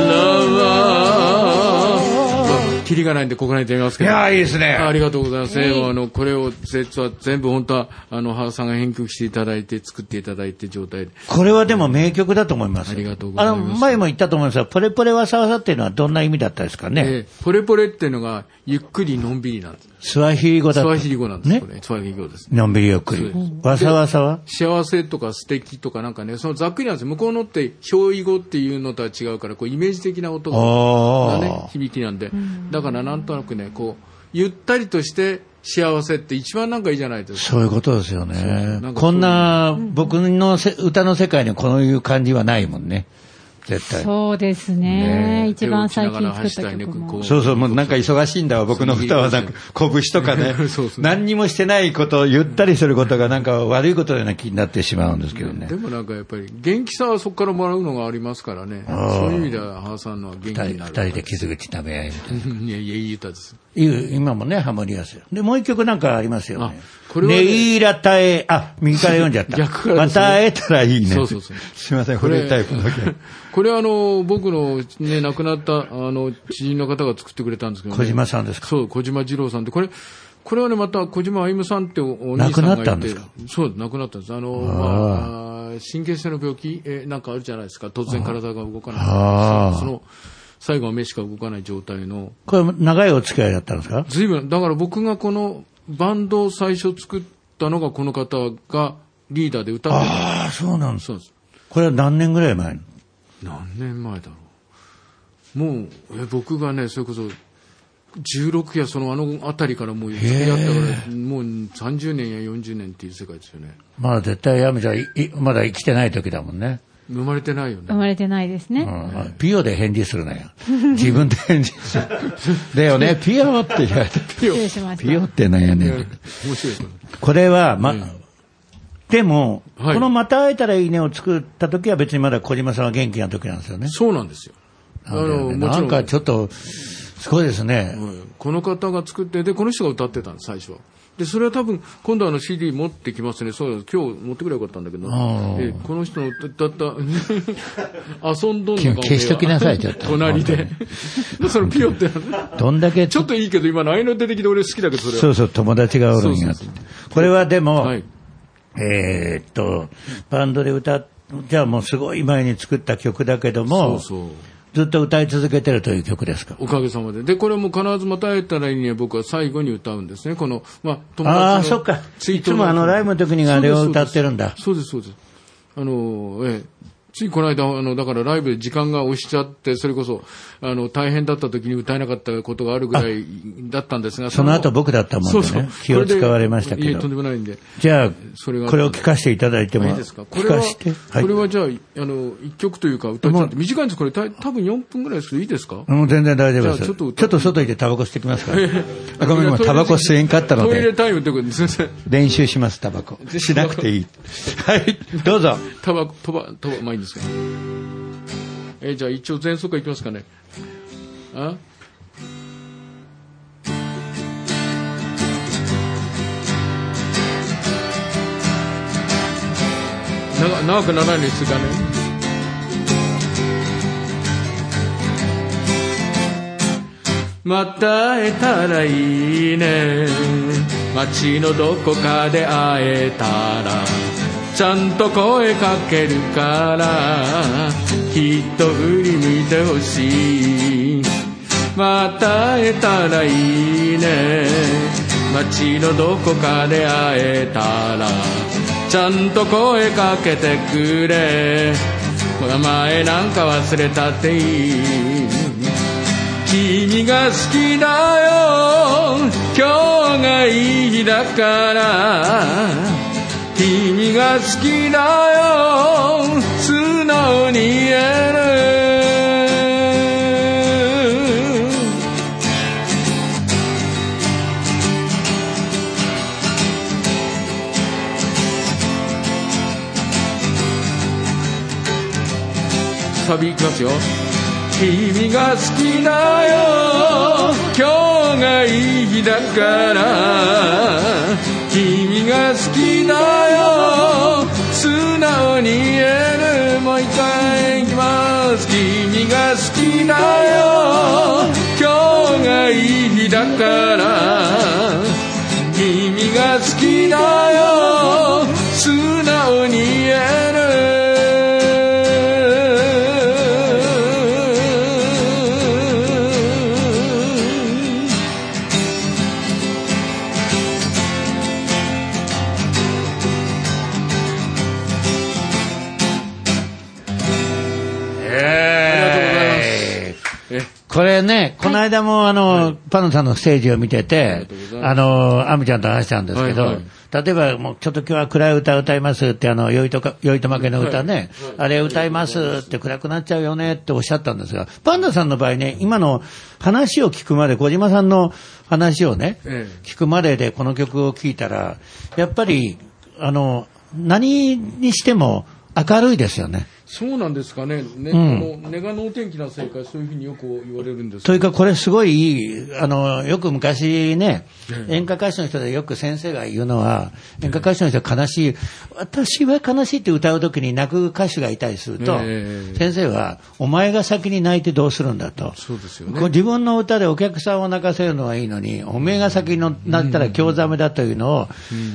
Speaker 4: ろうキリがないんでここら辺でやめます
Speaker 3: い
Speaker 4: けど
Speaker 3: やー、いいですね。
Speaker 4: ありがとうございます。もうあの、これを、実は全部本当は、あの、原さんが編曲していただいて、作っていただいて状態で。
Speaker 3: これはでも名曲だと思います。
Speaker 4: ありがとうございます
Speaker 3: あの、前も言ったと思いますが、ポレポレわさわさっていうのはどんな意味だったですかね。
Speaker 4: で、ポレポレっていうのが、ゆっくりのんびりなんです。
Speaker 3: スワヒリ語だ
Speaker 4: ス
Speaker 3: った。
Speaker 4: ワヒリ語なんです、
Speaker 3: ね
Speaker 4: こ。れ。スワヒリ語です。
Speaker 3: のんびりゆっくり
Speaker 4: そうで。
Speaker 3: わさわさは
Speaker 4: 幸せとか素敵とかなんかね、そのざっくりなんですよ。向こうのって、表意語っていうのとは違うから、こう、イメージ的な音が、ね
Speaker 3: あ、ー
Speaker 4: 響きなんで。だから、なんとなくね、こう、ゆったりとして幸せって一番なんかいいじゃないですか。
Speaker 3: そういうことですよね
Speaker 4: なん。か
Speaker 3: こんな、僕のせ歌の世界にこういう感じはないもんね。絶対。
Speaker 5: そうですね
Speaker 4: ねえ
Speaker 5: 一番最近作っ
Speaker 4: 手を打ちながら走った
Speaker 5: た
Speaker 4: りね
Speaker 5: 曲も、
Speaker 4: こう
Speaker 3: そうそう、もうなんか忙しいんだわ、僕の歌はなんか、拳とかね
Speaker 4: そうそうそう、
Speaker 3: 何にもしてないことを言ったりすることがなんか悪いことのような気になってしまうんですけどね
Speaker 4: で。もなんかやっぱり元気さはそこからもらうのがありますからね。
Speaker 3: あー
Speaker 4: そういう意味では、母さんのは元気
Speaker 3: 二人
Speaker 4: に
Speaker 3: 二
Speaker 4: なる。
Speaker 3: 人で傷口食べ合いみたいな。
Speaker 4: うんいやいや、いい歌です。
Speaker 3: いう今もね、ハモリアスよ。で、もう一曲なんかありますよね
Speaker 4: あ。これはね
Speaker 3: ネイラタエ、あ、右から読んじゃった。
Speaker 4: 逆から
Speaker 3: ま
Speaker 4: ですね
Speaker 3: た会えたらいいね。
Speaker 4: そうそうそう
Speaker 3: すいません、古いタイプの曲。
Speaker 4: これはあの、僕のね、亡くなった、あの、知人の方が作ってくれたんですけどね、
Speaker 3: 小島さんですか
Speaker 4: そう、小島二郎さんって、これ、これはね、また小島歩さんっておお兄さんが
Speaker 3: 亡くな
Speaker 4: いて。
Speaker 3: ったんですか
Speaker 4: そう、亡くなったんです。あの、まあ、あー神経性の病気、えーなんかあるじゃないですか。突然体が動か
Speaker 3: あ
Speaker 4: な
Speaker 3: ー
Speaker 4: い。その、最後は目しか動かない状態の、
Speaker 3: これ、長いお付き合いだったんですか
Speaker 4: ずいぶん、だから僕がこのバンドを最初作ったのがこの方がリーダーで歌ってた。
Speaker 3: ああ、そうなんです
Speaker 4: そうです。
Speaker 3: これは何年ぐらい前の
Speaker 4: 何年前だろう。もう、え僕がね、それこそ、16やそのあのあたりからもう付き合ったから、もう30年や40年っていう世界ですよね。
Speaker 3: まあ絶対やめちゃい、いまだ生きてない時だもんね。
Speaker 4: 生まれてないよ
Speaker 5: 生
Speaker 4: ね。
Speaker 5: まれてないです
Speaker 3: う
Speaker 5: ね、
Speaker 3: ん、ピオで返事するなよ。自分で返事する。 だよね、ピオって言われて。
Speaker 5: 失礼しました
Speaker 3: ピオってなんやねん。
Speaker 4: 面白いですよね。
Speaker 3: これは、ま、でも、
Speaker 4: はい
Speaker 3: このまた会えたらいいねを作った時は別にまだ小島さんは元気な時なんですよね。
Speaker 4: そうなんですよ。あ
Speaker 3: なんだよ
Speaker 4: の、
Speaker 3: ね
Speaker 4: も
Speaker 3: な
Speaker 4: ちろ
Speaker 3: ん
Speaker 4: ん。
Speaker 3: かちょっと、すごいですね。
Speaker 4: うんこの方が作って、で、この人が歌ってたんです、最初は。で、それは多分、今度あの CD 持ってきますね。そうだ、今日持ってくればよかったんだけど、
Speaker 3: あー
Speaker 4: えこの人の歌った、 遊んどんの
Speaker 3: 君
Speaker 4: が
Speaker 3: 消しときなさいちょっと
Speaker 4: 隣で
Speaker 3: 本。
Speaker 4: で そのピヨって、
Speaker 3: どんだけ、
Speaker 4: ちょっといいけど、今のああいうの出てきて俺好きだけど、それは。
Speaker 3: そうそう、友達がおるんやって
Speaker 4: そう。
Speaker 3: これはでも、
Speaker 4: はい。
Speaker 3: えーっと、バンドで歌っ、じゃあもうすごい前に作った曲だけど
Speaker 4: そ
Speaker 3: も、
Speaker 4: うそう。
Speaker 3: ずっと歌い続けてるという曲ですか。
Speaker 4: おかげさまで。で、これも必ずまた会えたらいいね、僕は最後に歌うんですね。この、まあ、友達の
Speaker 3: ああー、そっか。
Speaker 4: 追悼
Speaker 3: いつもあのライブの時にあれを歌ってるんだ。
Speaker 4: そうです、そうです。あの、ええ。ついこの間、あの、だからライブで時間が押しちゃって、それこそ、あの、大変だった時に歌えなかったことがあるぐらいだったんですが、
Speaker 3: その後僕だったもんね。
Speaker 4: そうそう。
Speaker 3: 気を使われました
Speaker 4: こ
Speaker 3: け
Speaker 4: でいえ
Speaker 3: ど
Speaker 4: とん。でもないんで。
Speaker 3: じゃあ、
Speaker 4: それが
Speaker 3: これを聞かせていただいても、
Speaker 4: いいですかこ
Speaker 3: 聞
Speaker 4: れは、
Speaker 3: かせて。はい
Speaker 4: これはじゃあ、あの、一曲というか歌っちゃって、短いんです、これ、た多分4分ぐらいですけど、いいですか
Speaker 3: もう全然大丈夫で
Speaker 4: じ
Speaker 3: す。
Speaker 4: ゃあち
Speaker 3: ち
Speaker 4: ょっと
Speaker 3: ょ
Speaker 4: 歌
Speaker 3: っと外行ってタバコ吸ってきます から。あごめんごめん、タバコ吸えんかったの
Speaker 4: トイレ
Speaker 3: で、
Speaker 4: タイムってことです先生。
Speaker 3: 練習します、タバコ。しなくて いい。はい、どうぞ。
Speaker 4: タバコ、タバ、タバ、まあいいんですけど。えーじゃあ一応全速からいきますかね。あ長長くならないようにするかね。また会えたらいいね街のどこかで会えたらちゃんと声かけるからきっと振り向いてほしいまた会えたらいいね街のどこかで会えたらちゃんと声かけてくれ名前なんか忘れたっていい君が好きだよ今日がいい日だから君が好きだよ素直に言えるサビいきますよ君が好きだよ今日がいい日だから君が好きだよ素直に言えるもう一回いきます君が好きだよ今日がいい日だから君が好きだよ素直に言える
Speaker 3: ありがとうございます。ここれね、この間も、あの、パンさんのステージを見てて
Speaker 4: りがとうござい、ます
Speaker 3: あの、アミちゃんと話したんですけど、
Speaker 4: はいはい
Speaker 3: 例えば、もう、ちょっと今日は暗い歌歌いますって、あの、よいとか、よいとまけの歌ね、あれ歌いますって暗くなっちゃうよねっておっしゃったんですが、パンダさんの場合ね、今の話を聞くまで、小島さんの話をね、
Speaker 4: ええ
Speaker 3: 聞くまででこの曲を聴いたら、やっぱり、あの、何にしても明るいですよね。
Speaker 4: そうなんですかね、ねこの根が能天気なせいか、そういうふうによく言われるんです
Speaker 3: と
Speaker 4: け
Speaker 3: い
Speaker 4: ど
Speaker 3: うか、これすごいいい、あの、よく昔ね、演歌歌手の人でよく先生が言うのは、演歌歌手の人は悲しい、私は悲しいって歌う時に泣く歌手がいたりすると
Speaker 4: え、え
Speaker 3: 先生は、お前が先に泣いてどうするんだと。
Speaker 4: そうですよ
Speaker 3: こう自分の歌でお客さんを泣かせるのはいいのに、おめえが先になったら興ざめだというのを、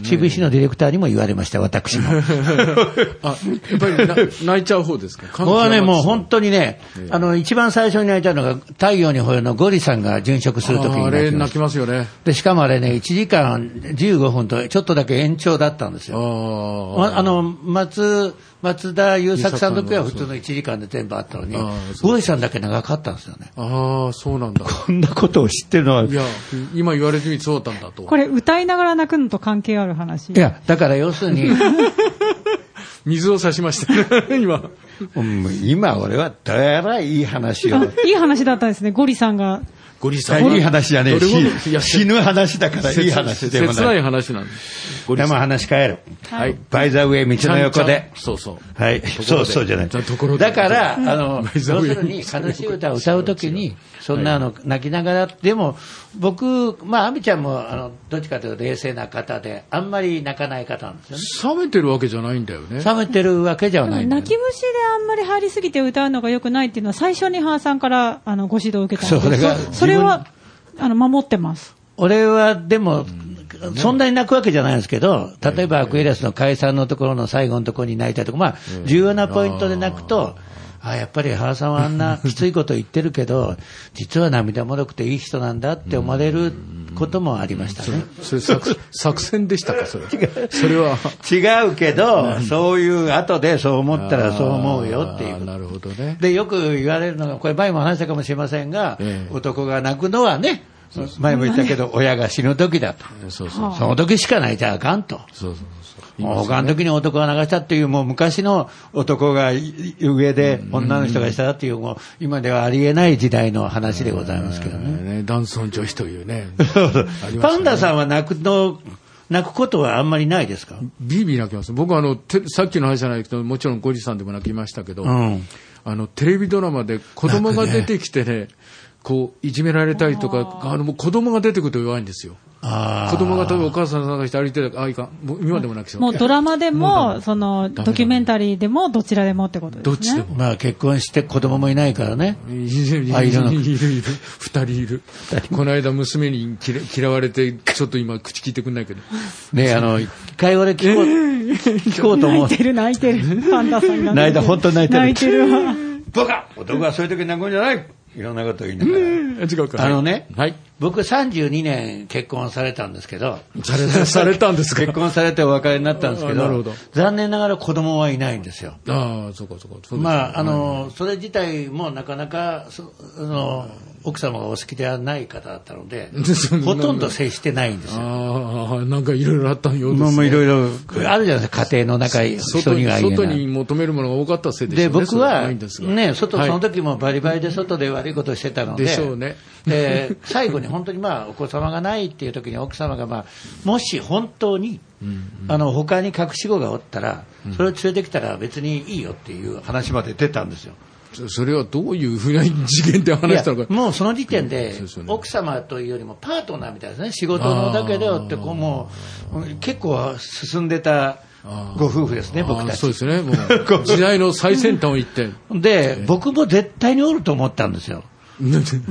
Speaker 3: CBC のディレクターにも言われました、私も。
Speaker 4: あ、やっぱりな泣いちゃう方ですか。
Speaker 3: 僕はね、もう本当にね、あの、一番最初に泣いたのが、太陽にほえろのゴリさんが殉職するとき
Speaker 4: あー
Speaker 3: に
Speaker 4: あ
Speaker 3: 泣
Speaker 4: れ
Speaker 3: きま
Speaker 4: 泣
Speaker 3: し
Speaker 4: き
Speaker 3: た。
Speaker 4: ますよね。
Speaker 3: で、しかもあれね、1時間15分とちょっとだけ延長だったんです
Speaker 4: あ
Speaker 3: よ。
Speaker 4: あ
Speaker 3: まあの、松、松田優作さんの時は普通の1時間で全部あったのに
Speaker 4: あー、そう
Speaker 3: ゴリさんだけ長かったんですよね。
Speaker 4: ああ、そうなんだ。
Speaker 3: こんなことを知ってるのは、
Speaker 4: いや、今言われてみてそうだったんだと
Speaker 5: こ。れ歌いながら泣くのと関係ある話
Speaker 3: いや、だから要する に、
Speaker 4: 水を差しました ね、今。
Speaker 3: うん今俺はだらいい話を
Speaker 5: あ。いい話だったんですねゴリさんが
Speaker 4: ゴリさん。
Speaker 3: いい話じゃねえ
Speaker 4: どれほどい
Speaker 3: し、
Speaker 4: や
Speaker 3: 死ぬ話だからいい話でも
Speaker 4: 切な
Speaker 3: ないい。
Speaker 4: 話なんです。ゴ
Speaker 3: で
Speaker 4: リ
Speaker 3: も
Speaker 4: さん。
Speaker 3: 話変える。
Speaker 4: はい。
Speaker 3: バイザーウェイ道の横で。
Speaker 4: そうそう。
Speaker 3: はい、そうそうじゃない。
Speaker 4: ところで
Speaker 3: だから、あの、要
Speaker 4: バイ
Speaker 3: す
Speaker 4: ザーウェイ
Speaker 3: るに、悲しい歌を歌うときに、そんなあの、泣きながら、でも、僕、まあ、アミちゃんも、あの、どっちかというと冷静な方で、あんまり泣かない方なんですよね。
Speaker 4: 冷めてるわけじゃないんだよね。
Speaker 3: 冷めてるわけじゃないんだよ
Speaker 5: 泣
Speaker 3: ね。
Speaker 5: き虫であんまり入りすぎて歌うのが良くないっていうのは最初に母さんからあのご指導を受けたん
Speaker 3: そ
Speaker 5: で
Speaker 3: れ
Speaker 5: す
Speaker 3: が
Speaker 5: そそれはあの守ってます
Speaker 3: 俺はでも、そんなに泣くわけじゃないんですけど、例えばアクエリアスの解散のところの最後のところに泣いたりとか、まあ、重要なポイントで泣くと、あやっぱり原さんはあん なきついこと言ってるけど、実は涙もろくていい人なんだって思われることもありましたね。
Speaker 4: それ作作戦でしたか、それ。それは。
Speaker 3: 違うけど、そういう後でそう思ったらそう思うよってい
Speaker 4: あ
Speaker 3: う
Speaker 4: ーなるほどね。
Speaker 3: で、よく言われるのが、これ前も話したかもしれませんが、
Speaker 4: ええ
Speaker 3: 男が泣くのはね、前も言ったけど、親が死ぬ時だと。
Speaker 4: そうそう。
Speaker 3: その時しか泣いちゃあかんと。
Speaker 4: そうそうそう。
Speaker 3: もう他の時に男が流したっていう、もう昔の男が上で、女の人が下だっていう、もう今ではありえない時代の話でございますけどね。
Speaker 4: ね、男尊女子というね。
Speaker 3: パンダさんは泣くの、泣くことはあんまりないですか
Speaker 4: ビービー泣きます。僕はあの、てさっきの話じゃないけど、もちろんゴリさんでも泣きましたけど、
Speaker 3: うん
Speaker 4: あの、テレビドラマで子供が出てきてね、こう、いじめられたりとか、あの、もう子供が出てくると弱いんですよ。
Speaker 3: あ
Speaker 4: 子供が例えばお母さん探して歩いてたら、あ、いかん。もう今でも泣きそ
Speaker 5: も
Speaker 4: う
Speaker 5: う。ドラマでもそのドキュメンタリーでもどちらでもってことですね
Speaker 4: どっちでも。
Speaker 3: まあ結婚して子供もいないからね。
Speaker 4: いるい
Speaker 3: あ
Speaker 4: る
Speaker 3: い
Speaker 4: い
Speaker 3: るの
Speaker 4: るいるいる二人いるこの間娘に嫌嫌われてちょっと今口聞いてくんないけど
Speaker 3: ねあの、一回俺聞こう、聞こうと思う
Speaker 5: 泣い。てる泣いてるパンダさんが
Speaker 3: 泣いた、本当に泣いてる。
Speaker 5: 泣いてるわ
Speaker 3: バカ男はそういう時に泣くんじゃないいろんなこと言いながら。
Speaker 4: 違うか
Speaker 3: あのね、
Speaker 4: はい
Speaker 3: 僕32年結婚されたんですけど、
Speaker 4: されたされたんですか
Speaker 3: 結婚されてお別れになったんですけ
Speaker 4: あな
Speaker 3: ど
Speaker 4: るほど
Speaker 3: 残念ながら子供はいないんですよ。
Speaker 4: ああそうかそうかそうです
Speaker 3: まあ、あの、それ自体もなかなか、そあの、奥様がお好きではない方だったので
Speaker 4: そん、な
Speaker 3: ほとんど接してないんですよ。
Speaker 4: ああなんかいろいろあったようです、ね
Speaker 3: もういろいろあるじゃないですか、家庭の中、人
Speaker 4: 外
Speaker 3: に
Speaker 4: に
Speaker 3: は言え
Speaker 4: 外
Speaker 3: な
Speaker 4: に
Speaker 3: い。
Speaker 4: 求めるものが多かったせいでしょ
Speaker 3: で、
Speaker 4: うねそ
Speaker 3: 僕
Speaker 4: れな
Speaker 3: はい
Speaker 4: んですが
Speaker 3: ね、外、
Speaker 4: はい
Speaker 3: その時もバリバリで外で悪いことをしてたので、
Speaker 4: でしょうね
Speaker 3: で最後に本当にまあ、お子様がないっていう時に奥様がまあ、もし本当に、あの、他に隠し子がおったら、それを連れてきたら別にいいよっていう話まで出たんですよ。
Speaker 4: そそれはどういうふうな事件で
Speaker 3: い
Speaker 4: 話
Speaker 3: や
Speaker 4: したのか
Speaker 3: もうその時点で
Speaker 4: そうですよ、ね
Speaker 3: 奥様というよりもパートナーみたいですね、仕事のだけでよって、こうもう、結構進んでたご夫婦ですね、僕
Speaker 4: ああ
Speaker 3: たち。
Speaker 4: そうですねも う時代の最先端を行って
Speaker 3: で、僕も絶対におると思ったんですよ。だか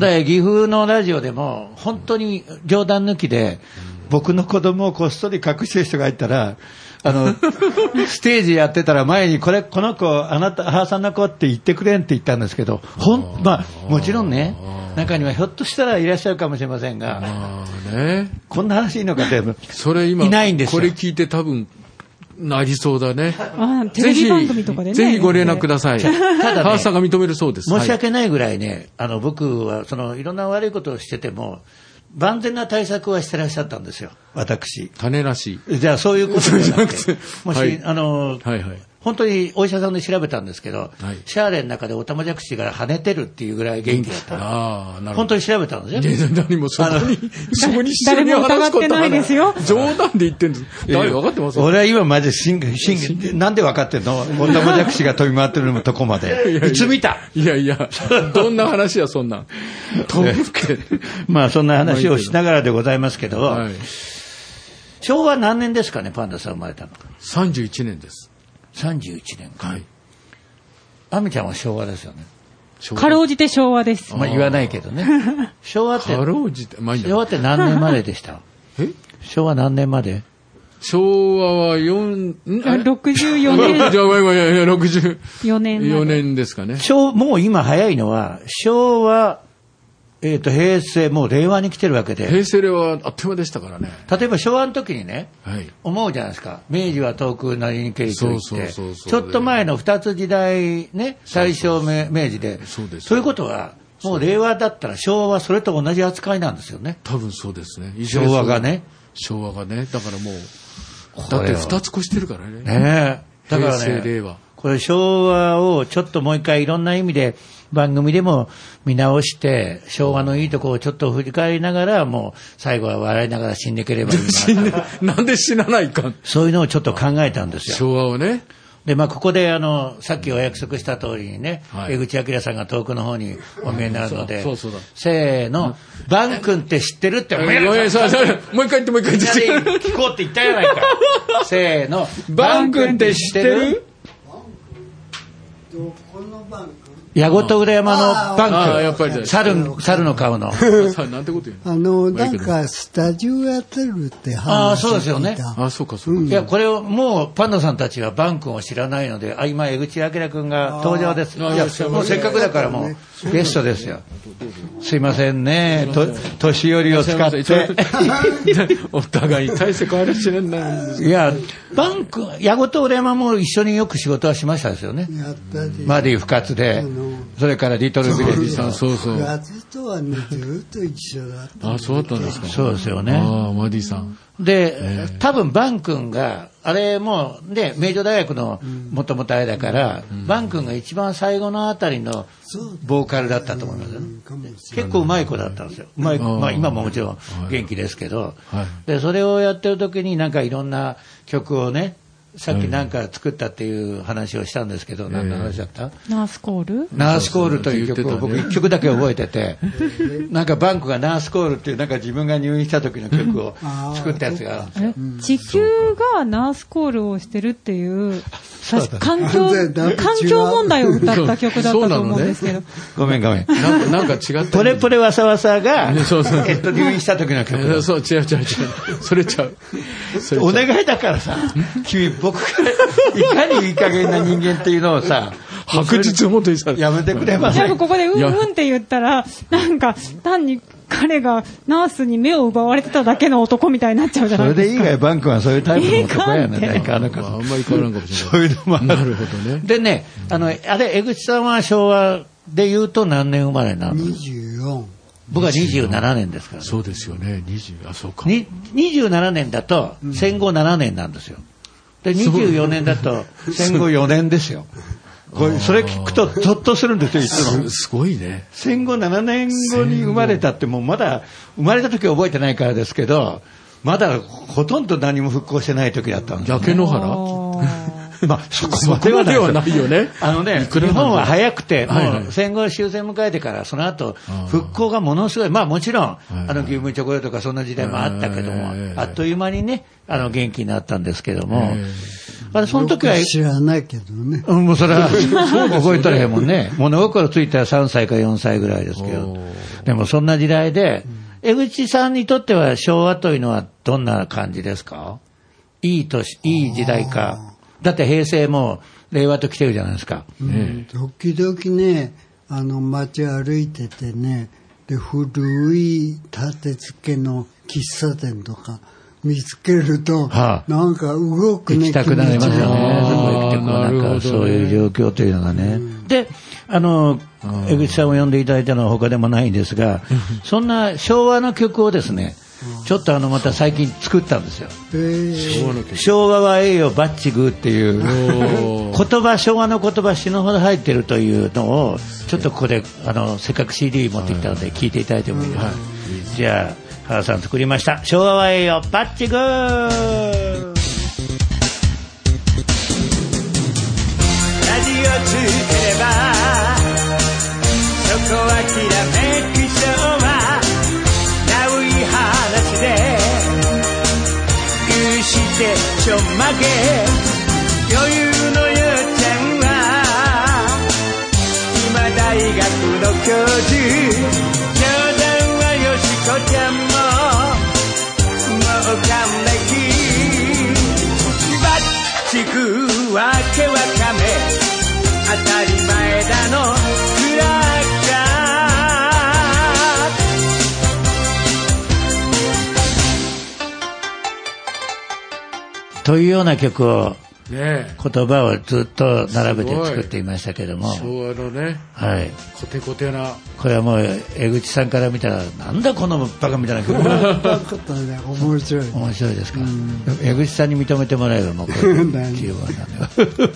Speaker 3: ら岐阜のラジオでも、本当に冗談抜きで、僕の子供をこっそり隠してる人がいたら、あ の、ステージやってたら前に、これ、この子、あなた、母さんの子って言ってくれんって言ったんですけど、ほん、まあ、もちろんね、中にはひょっとしたらいらっしゃるかもしれませんが、
Speaker 4: ああね
Speaker 3: こんな話いいのかって、
Speaker 4: それ今、
Speaker 3: いないんですよ
Speaker 4: これ聞いて多分、なりそうだね。
Speaker 5: あテレビ番組とかでね。
Speaker 4: ぜひご連絡ください。
Speaker 3: だね
Speaker 4: 川瀬さんが認めるそうです。
Speaker 3: 申し訳ないぐらいね、あの僕はそのいろんな悪いことをしてても、万全な対策はしてらっしゃったんですよ、私。
Speaker 4: はい種らしい。
Speaker 3: じゃあ、そういうことじゃなく
Speaker 4: そ
Speaker 3: て
Speaker 4: うじゃなくて、
Speaker 3: もし、
Speaker 4: はい
Speaker 3: あの、
Speaker 4: はいはい
Speaker 3: 本当にお医者さんで調べたんですけど、
Speaker 4: はい
Speaker 3: シャーレの中でオタマジャクシが跳ねてるっていうぐらい元気だった。
Speaker 4: ああ、なる
Speaker 3: 本
Speaker 4: ほど。
Speaker 3: 当に調べたんです
Speaker 4: い
Speaker 3: よ。
Speaker 4: や何もそこ
Speaker 3: あの
Speaker 4: に、 そこに一緒に話すこと
Speaker 5: 誰も疑ってないですよ
Speaker 4: 冗談で言ってんです。大分かってます
Speaker 3: 俺は今まで真剣、真剣、なんで分かってんのオタマジャクシが飛び回ってるのとこまで。 いつ見た
Speaker 4: いやいや、どんな話や、そんなん。飛ぶって。
Speaker 3: まあそんな話をしながらでございますけど、
Speaker 4: はい。
Speaker 3: 昭和何年ですかね、パンダさん生まれたの。
Speaker 4: 31年です。
Speaker 3: 31年か。
Speaker 4: はい。
Speaker 3: 亜美ちゃんは昭和ですよね。
Speaker 5: かろうじて昭和です。
Speaker 3: まあ言わないけど ね。昭和って
Speaker 4: か、ろうじて、まあいいんだ
Speaker 3: 昭和って何年までで した
Speaker 4: え
Speaker 3: 昭和何年まで
Speaker 4: 昭和は4、んあれ
Speaker 5: 64
Speaker 4: いやい
Speaker 5: 年、
Speaker 4: やいやいや、64
Speaker 5: 4年まで。
Speaker 4: 年ですかね。
Speaker 3: 昭もう今早いのは、昭和、えっ、と、平成、もう令和に来てるわけで、
Speaker 4: 平成令和あっという間でしたからね。
Speaker 3: 例えば昭和の時にね、
Speaker 4: はい。
Speaker 3: 思うじゃないですか。明治は遠くなりにけりと言っ
Speaker 4: そうそう
Speaker 3: て、
Speaker 4: そうそう
Speaker 3: ちょっと前の二つ時代ね、大正明明治で、
Speaker 4: そうです
Speaker 3: いうことは、もう令和だったら昭和はそれと同じ扱いなんですよね。
Speaker 4: 多分そうですね。
Speaker 3: 昭和がね。
Speaker 4: 昭和がね。だからもう、だって2つ越してるからね。
Speaker 3: ねえ。だから
Speaker 4: 平成令和
Speaker 3: ね、これ昭和をちょっともう一回いろんな意味で番組でも見直して、昭和のいいとこをちょっと振り返りながら、もう最後は笑いながら死んでいければいい
Speaker 4: 死ん
Speaker 3: な。
Speaker 4: で、なんで死なないかん。
Speaker 3: そういうのをちょっと考えたんですよ。
Speaker 4: 昭和をね。
Speaker 3: で、まあ、ここで、あの、さっきお約束した通りにね、
Speaker 4: はい
Speaker 3: 江口明さんが遠くの方にお見えになるので、
Speaker 4: そうそうそうだ
Speaker 3: せーの、バン君って知ってるって、お
Speaker 4: い
Speaker 3: 前
Speaker 4: やい
Speaker 3: ら
Speaker 4: やそうそうもう一回言って、もう一回
Speaker 3: みんな
Speaker 4: 言って。
Speaker 3: で聞こうって言ったじゃないか。せーの、
Speaker 4: バン君って知ってる
Speaker 3: 矢後と裏山のバンク。
Speaker 4: あーやっぱりだ
Speaker 3: 猿、猿の顔の。
Speaker 4: さあ、なんてこと言うの
Speaker 6: あの、なんか、スタジオやってるって
Speaker 3: ああ、
Speaker 6: 話
Speaker 3: そうですよね。
Speaker 4: あ、そうか、そう
Speaker 3: い
Speaker 4: か。
Speaker 3: や、これを、もう、パンダさんたちはバン君を知らないので、あ、今、江口明君が登場です。い
Speaker 4: あー
Speaker 3: や、もうせっかくだからもう、ゲストですよ。すいませんね。と、年寄りを使って。
Speaker 4: お互い大して変わりしないんです。
Speaker 3: いや、バン君、矢後と裏山も一緒によく仕事はしましたですよね。
Speaker 6: やったり、
Speaker 3: マディ深津で、それからリトルビレッジさん。そ
Speaker 4: そうそう。
Speaker 6: ガズとはね、ずっと一緒だった。
Speaker 4: あ、そうだったんですか。
Speaker 3: うですよね。
Speaker 4: ああ、マディさん。
Speaker 3: で、多分バン君が、あれもう、で、名城大学のもともとあれだから、バン君が一番最後のあたりのボーカルだったと思いますよね。
Speaker 6: かもし
Speaker 3: 結構うまい子だったんですよ。うまい
Speaker 4: あー
Speaker 3: まあ、今ももちろん元気ですけど、
Speaker 4: はい
Speaker 3: で、それをやってる時になんかいろんな曲をね、さっきなんか作ったっていう話をしたんですけど、何の話だった、
Speaker 5: ナースコール
Speaker 3: ナースコールという曲を
Speaker 4: そうそう
Speaker 3: 僕一曲だけ覚えて て、なんかバンクがナースコールっていうなんか自分が入院した時の曲を作ったやつ があるんですよ。
Speaker 5: え地球がナースコールをしてるっていう、確か環境、
Speaker 6: 全然
Speaker 5: 環境問題を歌った曲だったと思うんですけど、
Speaker 3: ごめんごめん。
Speaker 4: なんかなんか違った。
Speaker 3: ポレポレわさわさが、
Speaker 4: ねそうそう
Speaker 3: えっと、入院した時の曲
Speaker 4: えー
Speaker 3: だ。
Speaker 4: そう、違う違う違う。それちゃう。それちゃ
Speaker 3: お
Speaker 4: う
Speaker 3: 願いだからさ、君、僕から、いかにいい加減な人間っていうのをさ、
Speaker 4: 白日をもとにした。
Speaker 3: やめてくれま
Speaker 5: じゃ
Speaker 3: せ
Speaker 5: あ
Speaker 3: ん。
Speaker 5: ここでうん
Speaker 4: いや
Speaker 5: うんって言ったら、なんか単に彼がナースに目を奪われてただけの男みたいになっちゃうじゃ
Speaker 3: そ
Speaker 5: ない
Speaker 3: れ
Speaker 5: ですか。
Speaker 3: で以外、バンクはそういうタイプの男やね
Speaker 5: いかんて
Speaker 3: いかんの
Speaker 4: ま
Speaker 3: か
Speaker 4: ああんまり変わらんかもしれ
Speaker 3: そ
Speaker 4: な
Speaker 3: う
Speaker 4: い。
Speaker 3: いうのもあ
Speaker 4: なるほどね
Speaker 3: でね、あの、あれ、江口さんは昭和で言うと何年生まれな
Speaker 6: れ
Speaker 3: の
Speaker 6: ない。24。
Speaker 3: 僕は27年ですからね。
Speaker 4: そうですよね。20、あ、そうか。
Speaker 3: に27年だと戦後7年なんですよ。で、24年だ と戦後4年ですよ。これ、それ聞くとゾッとするんですよ、いつも
Speaker 4: す。すごいね。
Speaker 3: 戦後7年後に生まれたって、もうまだ、生まれた時は覚えてないからですけど、まだほとんど何も復興してない時だったんですよ
Speaker 4: 焼け野原
Speaker 5: あ
Speaker 3: まあ、そこまではない
Speaker 4: そこまではないよね
Speaker 3: あのね、
Speaker 4: く
Speaker 3: 日
Speaker 4: らなんでも
Speaker 3: 本は早くて、
Speaker 4: はいはい
Speaker 3: もう戦後終戦迎えてから、その後
Speaker 4: あー、
Speaker 3: 復興がものすごい、まあもちろん、
Speaker 4: いはい
Speaker 3: あの、牛乳チョコレートとかそんな時代もあったけども、
Speaker 4: えー
Speaker 3: あっという間にね、あの、元気になったんですけども、
Speaker 4: えー
Speaker 3: あれ、その時は、
Speaker 6: 知らないけどね。
Speaker 3: うん、も うそれは、覚えたらへんもんね。物心ついたら3歳か4歳ぐらいですけど
Speaker 4: お。
Speaker 3: でもそんな時代で、江口さんにとっては昭和というのはどんな感じですかいい年、いい時代か。だって平成も令和と来てるじゃないですか。
Speaker 4: ね
Speaker 6: 時々ね、あの、街歩いててね、で、古い建て付けの喫茶店とか、見つけると、
Speaker 3: はあ
Speaker 6: なんか動く
Speaker 3: 行
Speaker 6: ね、
Speaker 3: きたくなりますよね。
Speaker 6: 気持ちが
Speaker 4: あー
Speaker 3: どこ行ってもなん
Speaker 4: なるほどね
Speaker 3: かそういう状況というのがね。で、あの、江口さんを呼んでいただいたのは他でもないんですが、そんな昭和の曲をですね、ちょっとあのまた最近作ったんですよ。
Speaker 6: えー
Speaker 4: 昭和の曲
Speaker 3: 昭和は栄誉バッチグーっていう
Speaker 4: おー
Speaker 3: 言葉昭和の言葉死ぬほど入ってるというのをちょっとここであのせっかく CD 持ってきたので聞いていただいてもいいですか、じゃあ原さん作りました昭和は栄誉バッチグー
Speaker 7: ラジオつければそこはきらめく昭和なうい話で許してちょんまげ余裕のゆうちゃんは今大学の教授冗談はよしこちゃんももう完璧バッチくわけわかめ当たり前だのクラッカ
Speaker 3: というような曲を
Speaker 4: ね
Speaker 3: 言葉をずっと並べて作っていましたけども
Speaker 4: え、昭和のね、
Speaker 3: はい、
Speaker 4: コテコテな、
Speaker 3: これはもう江口さんから見たらなんだこのバカみたいな曲
Speaker 6: そういうことね、面白い。
Speaker 3: 面白いですか江口さんに認めてもらえばもうこれ
Speaker 6: 何
Speaker 3: 十分なんで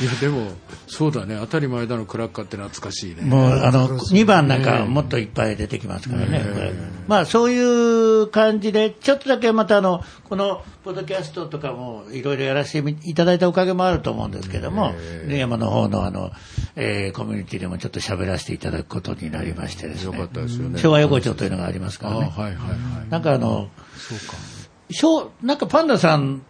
Speaker 4: いやでも、そうだね、当たり前だのクラッカーって懐かしいね、
Speaker 3: もうあの2番なんかもっといっぱい出てきますからね、これまあ、そういう感じで、ちょっとだけまたあのこのポッドキャストとかもいろいろやらせていただいたおかげもあると思うんですけども、山の方のあの、えーコミュニティでもちょっと喋らせていただくことになりましてです
Speaker 4: よ
Speaker 3: ね
Speaker 4: かったですよね
Speaker 3: 昭和横丁というのがありますか
Speaker 4: あー
Speaker 3: ら
Speaker 4: はい
Speaker 3: ね。
Speaker 4: はいはい、
Speaker 3: なんかあの、昭なんかパンダさん、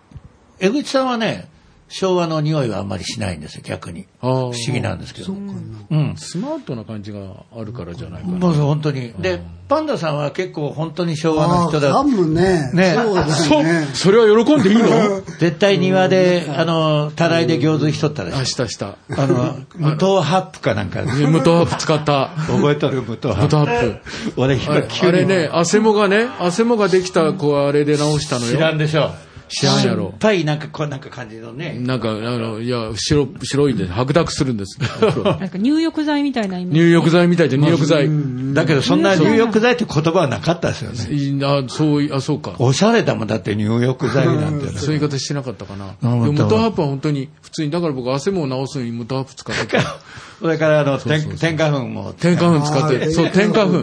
Speaker 3: 江口さんはね、昭和の匂いはあんまりしないんですよ、逆に。
Speaker 4: あー
Speaker 3: 不思議なんですけど。うん
Speaker 4: スマートな感じがあるからじゃないかな、
Speaker 3: もうそう本当に。で、パンダさんは結構本当に昭和の
Speaker 6: あ
Speaker 3: 人
Speaker 6: あ、
Speaker 3: だ
Speaker 6: ハ。ムね。
Speaker 3: ね
Speaker 6: そう
Speaker 4: そ
Speaker 6: だ
Speaker 4: う
Speaker 6: ね。
Speaker 4: それは喜んでいいの
Speaker 3: 絶対庭で、あの、たらいで行水しとったら
Speaker 4: あ
Speaker 3: しい。
Speaker 4: したした
Speaker 3: あの、無糖ハップかなんか。
Speaker 4: ね無糖アップ使った
Speaker 3: 覚えとる無糖ハ
Speaker 4: 無糖ア
Speaker 3: ップ。
Speaker 4: ップ
Speaker 3: 俺今
Speaker 4: あれ
Speaker 3: 急
Speaker 4: あれ
Speaker 3: に。
Speaker 4: ねアセモがねアセモができた子はあれで直したのよ
Speaker 3: 知らんでしょう。
Speaker 4: 知らんやろ
Speaker 3: 酸っぱいなんかこうなんか感じのね。
Speaker 4: なんかあのいや白白いんで白濁するんです
Speaker 5: なんか入浴剤みたいなイメージ。
Speaker 4: 入浴剤みたいで入浴剤
Speaker 3: だけどそんな入浴剤って言葉はなかったですよね。
Speaker 4: いいなそういあそうか
Speaker 3: おしゃれだもんだって入浴剤なんてね。
Speaker 4: そういう言い方してなかったかな。で
Speaker 3: なるほど
Speaker 4: も、無糖ハップは本当に、普通に、だから僕、汗も直すのに無糖ハップ使って た。
Speaker 3: それからあの、天天下粉も。
Speaker 4: 添加粉使っ
Speaker 6: あー
Speaker 4: て、そう、添加粉。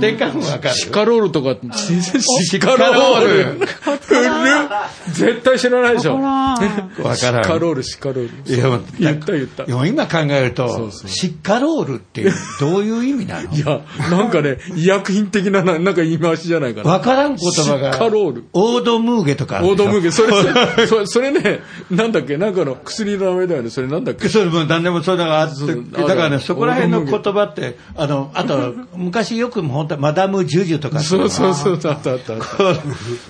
Speaker 3: 天下粉わかる。
Speaker 4: シカロールとか、シカロール。古っ絶対知らないでしょ。
Speaker 5: ほらー。
Speaker 3: わ
Speaker 4: シ
Speaker 3: からん。
Speaker 4: カロール、シカロール。
Speaker 3: いや、
Speaker 4: 言った言った
Speaker 3: いや今考えると、
Speaker 4: そうそう
Speaker 3: シッカロールっていうどういう意味なの
Speaker 4: いや、なんかね、医薬品的な、ななんか言い回しじゃないかな。
Speaker 3: わからん言葉が。
Speaker 4: シッカロール
Speaker 3: オードムーゲとかあるで
Speaker 4: オ
Speaker 3: し
Speaker 4: ー
Speaker 3: ょ。
Speaker 4: ドムーゲ、そ れ、それそれ、それね、なんだっけ、なんかの薬の名前だよね、それなんだっけ。
Speaker 3: そう、もう何でもそういうのがあって、
Speaker 4: そう
Speaker 3: だから
Speaker 4: あ
Speaker 3: ね、
Speaker 4: る
Speaker 3: そこら辺の言葉って、あの、あと、昔よくも本当マダム・ジュジュとかってい
Speaker 4: そう
Speaker 3: の
Speaker 4: うそうそう、あったあったあった。
Speaker 3: こ